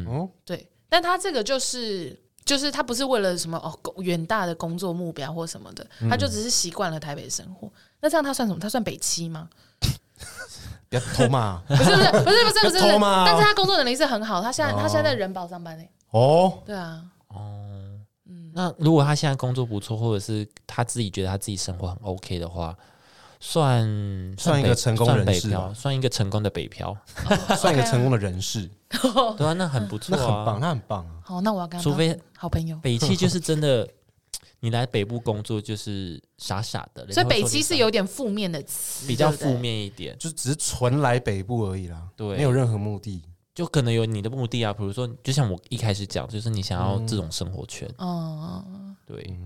[SPEAKER 3] 哦，
[SPEAKER 1] 对，但他这个就是就是他不是为了什么哦工远大的工作目标或什么的，他就只是习惯了台北的生活。那这样他算什么？他算北七吗？
[SPEAKER 3] 不要偷嘛！
[SPEAKER 1] 不是不是不是不是不是，不是
[SPEAKER 3] 偷吗
[SPEAKER 1] 但是他工作能力是很好，他现在、他现在在人保上班呢、欸
[SPEAKER 3] 哦，
[SPEAKER 1] 对啊，
[SPEAKER 2] 那如果他现在工作不错，或者是他自己觉得他自己生活很 OK 的话，算
[SPEAKER 3] 算一
[SPEAKER 2] 北
[SPEAKER 3] 个成功
[SPEAKER 2] 算
[SPEAKER 3] 人
[SPEAKER 2] 北
[SPEAKER 3] 士
[SPEAKER 2] 漂，
[SPEAKER 3] 吧
[SPEAKER 2] 算一个成功的北漂，
[SPEAKER 3] 算一个成功的人士，
[SPEAKER 2] 对啊，那很不错
[SPEAKER 3] 那很棒，
[SPEAKER 2] 啊。
[SPEAKER 3] 那很棒啊！
[SPEAKER 1] 好，那我要跟他
[SPEAKER 2] 除非
[SPEAKER 1] 当好朋友。
[SPEAKER 2] 北七就是真的，你来北部工作就是傻傻的，人
[SPEAKER 1] 所
[SPEAKER 2] 家
[SPEAKER 1] 以
[SPEAKER 2] 会
[SPEAKER 1] 北
[SPEAKER 2] 说
[SPEAKER 1] 七
[SPEAKER 2] 你
[SPEAKER 1] 是
[SPEAKER 2] 傻
[SPEAKER 1] 有点负面的词，
[SPEAKER 2] 比较
[SPEAKER 1] 对不对
[SPEAKER 2] 负。面一点，
[SPEAKER 3] 就只是纯来北部而已啦，
[SPEAKER 2] 对
[SPEAKER 3] 没有任何目的。
[SPEAKER 2] 就可能有你的目的啊，比如说，就像我一开始讲，就是你想要这种生活圈，
[SPEAKER 1] 嗯，
[SPEAKER 2] 对，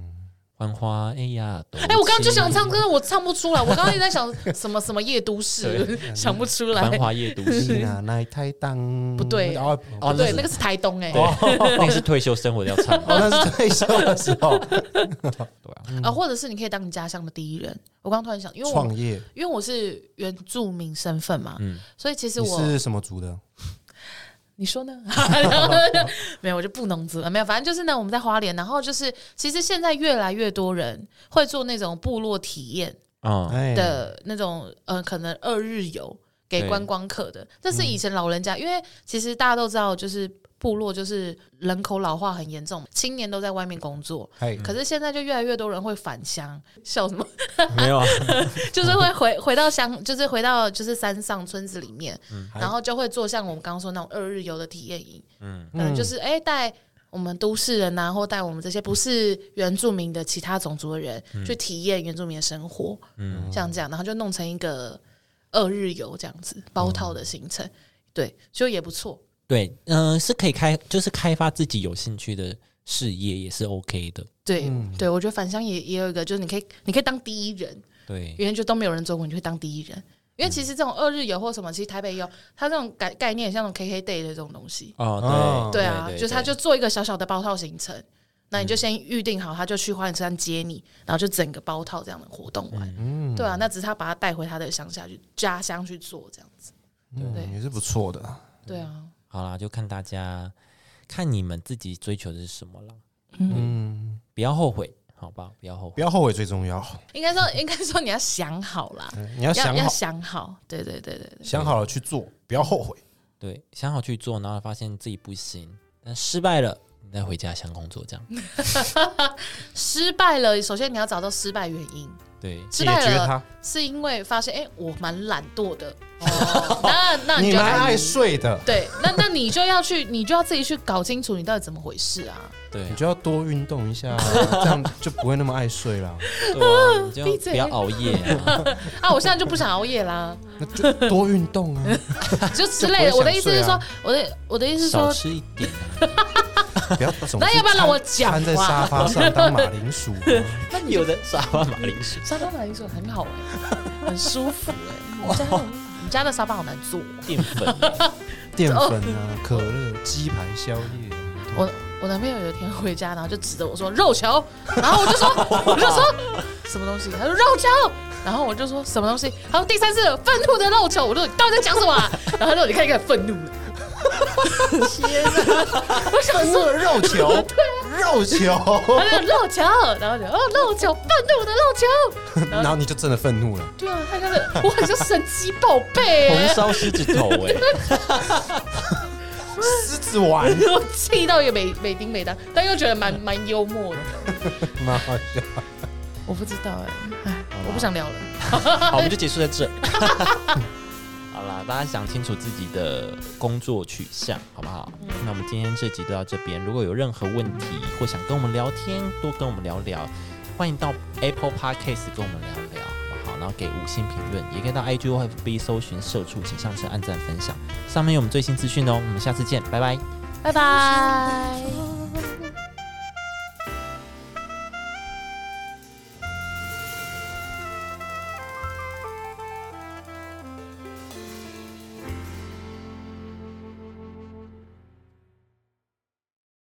[SPEAKER 2] 欢花，哎呀，哎
[SPEAKER 1] 哎、我刚刚就想唱歌，我唱不出来。我刚刚一直在想什么什么夜都市， 想不出来
[SPEAKER 2] 繁。华夜都市，
[SPEAKER 3] 丽娜来台当，
[SPEAKER 1] 不对
[SPEAKER 3] 哦，
[SPEAKER 2] 哦
[SPEAKER 1] 对，那个是台东哎、
[SPEAKER 2] 对，那个是退休生活要 唱的，
[SPEAKER 3] 哦，那是退休的时候
[SPEAKER 2] 对啊，
[SPEAKER 1] 啊，或者是你可以当你家乡的第一人。我刚刚突然 想，因为我
[SPEAKER 3] 创业。
[SPEAKER 1] 因为我是原住民身份嘛，
[SPEAKER 2] 嗯
[SPEAKER 1] 所以其实
[SPEAKER 3] 你
[SPEAKER 1] 我
[SPEAKER 3] 是什么族的？
[SPEAKER 1] 你说呢？ 没有，我就不农族了。没有，反正就是呢，我们在花莲，然后就是其实现在越来越多人会做那种部落体验
[SPEAKER 2] 嗯，
[SPEAKER 3] 哎，
[SPEAKER 1] 的那种，呃，可能二日游给
[SPEAKER 2] 对
[SPEAKER 1] 观光客的。但是以前老人家，因为其实大家都知道，就是部落就是人口老化很严重，青年都在外面工作。
[SPEAKER 3] 哎，
[SPEAKER 1] 可是现在就越来越多人会返乡，笑什么？
[SPEAKER 2] 没有啊，
[SPEAKER 1] 就是会回 回到乡，就是回到就是山上村子里面，
[SPEAKER 3] 还
[SPEAKER 1] 然后就会做像我们刚刚说那种二日游的体验营，
[SPEAKER 2] 嗯
[SPEAKER 1] 嗯，可能就是哎带、我们都市人呐、或带我们这些不是原住民的其他种族的人、去体验原住民的生活，
[SPEAKER 2] 嗯
[SPEAKER 1] 嗯，像这样，然后就弄成一个二日游这样子包套的行程，对，就也不错。
[SPEAKER 2] 对，嗯、是可以开，就是开发自己有兴趣的事业也是 OK 的，
[SPEAKER 1] 对、对，我觉得返乡也也有一个，就是你可以你可以当第一人，
[SPEAKER 2] 对，
[SPEAKER 1] 因为就都没有人做过，你就会当第一人。因为其实这种二日游或什么，其实台北也有它这种概概念，像那种 KK day 的这种东西。
[SPEAKER 2] 哦
[SPEAKER 3] 哦，
[SPEAKER 1] 对啊，
[SPEAKER 2] 对
[SPEAKER 1] 就是他就做一个小小的包套行程，那你就先预定好，他就去花莲车站接你，然后就整个包套这样的活动玩。对啊，那只是他把他带回他的乡下去家乡去做这样子。
[SPEAKER 3] 嗯也是不错的啊。
[SPEAKER 1] 对啊，
[SPEAKER 2] 好啦，就看大家看你们自己追求的是什么啦，嗯，不要后悔，好吧，不要后
[SPEAKER 3] 不
[SPEAKER 2] 悔，
[SPEAKER 3] 要后悔最重要，
[SPEAKER 1] 应该说 应该说你要想好啦，
[SPEAKER 3] 嗯你要
[SPEAKER 1] 要
[SPEAKER 3] 想
[SPEAKER 1] 要
[SPEAKER 3] 好，
[SPEAKER 1] 想好。对对对对对，
[SPEAKER 3] 想好了去做，不要后悔。
[SPEAKER 2] 对，想好去做，然后发现自己不行，但失败了，你再回家想工作这样，
[SPEAKER 1] 失败了，首先你要找到失败原因。
[SPEAKER 2] 对，
[SPEAKER 1] 失
[SPEAKER 3] 解
[SPEAKER 1] 败
[SPEAKER 3] 决
[SPEAKER 1] 了
[SPEAKER 3] 它
[SPEAKER 1] 是因为发现哎、我蛮懒惰的。哦， 那那你
[SPEAKER 3] 你
[SPEAKER 1] 就
[SPEAKER 3] 蛮
[SPEAKER 1] 要
[SPEAKER 3] 爱睡的，
[SPEAKER 1] 对，那那你就要去，你就要自己去搞清楚你到底怎么回事啊！
[SPEAKER 2] 对
[SPEAKER 3] 你
[SPEAKER 2] 啊，
[SPEAKER 3] 就要多运动一下 啊，这样就不会那么爱睡啦。
[SPEAKER 2] 对啊，你就
[SPEAKER 1] 闭
[SPEAKER 2] 不
[SPEAKER 1] 嘴
[SPEAKER 2] 要熬夜 啊，
[SPEAKER 1] 啊，我现在就不想熬夜啦，
[SPEAKER 3] 那就多运动 啊，
[SPEAKER 1] 就之类的。
[SPEAKER 3] 就
[SPEAKER 1] 我
[SPEAKER 3] 不
[SPEAKER 1] 的
[SPEAKER 3] 会想睡啊
[SPEAKER 1] 意思是说，我的我的意思是
[SPEAKER 2] 少
[SPEAKER 1] 说，
[SPEAKER 2] 吃一点啊。
[SPEAKER 3] 不要总是
[SPEAKER 1] 那要不要让我讲
[SPEAKER 3] 瘫在沙
[SPEAKER 1] 话？
[SPEAKER 3] 发上当马铃 薯啊。
[SPEAKER 2] 那你有的 沙发马铃薯
[SPEAKER 1] 沙发马铃薯很好哎、很舒服 哎、我家的我们家的沙发好难坐哦。
[SPEAKER 2] 淀粉，
[SPEAKER 3] 淀 粉啊，可乐、鸡排、宵夜啊，
[SPEAKER 1] 我我男朋友有一天回家，然后就指着我说肉球，然后我就说我就说什么东西，他说肉球，然后我就说什么东西，他说第三次了愤怒的肉球，我就说你到底在讲什么、啊？然后他说你看你看愤怒了，我想说
[SPEAKER 3] 肉球，肉球，
[SPEAKER 1] 他说肉球，然后就哦肉球愤怒的肉球，
[SPEAKER 3] 然后你就真的愤怒了。
[SPEAKER 1] 对啊，他真的我很像神奇宝贝、
[SPEAKER 2] 红
[SPEAKER 1] 欸，
[SPEAKER 2] 烧狮子头哎、
[SPEAKER 3] 狮子丸，
[SPEAKER 1] 我气到也没没丁没当，但又觉得蛮蛮幽默的，
[SPEAKER 3] 蛮好笑。
[SPEAKER 1] 我不知道哎、哎，我不想聊了。
[SPEAKER 2] 好，我们就结束在这。好啦，大家想清楚自己的工作取向，好不好？那我们今天这集就到这边。如果有任何问题或想跟我们聊天，多跟我们聊聊，欢迎到 Apple Podcast 跟我们聊聊，好不好？然后给五星评论，也可以到 IG 或 FB 搜寻“社畜”，请上车按赞分享。上面有我们最新资讯哦。我们下次见，拜拜。
[SPEAKER 1] 拜拜。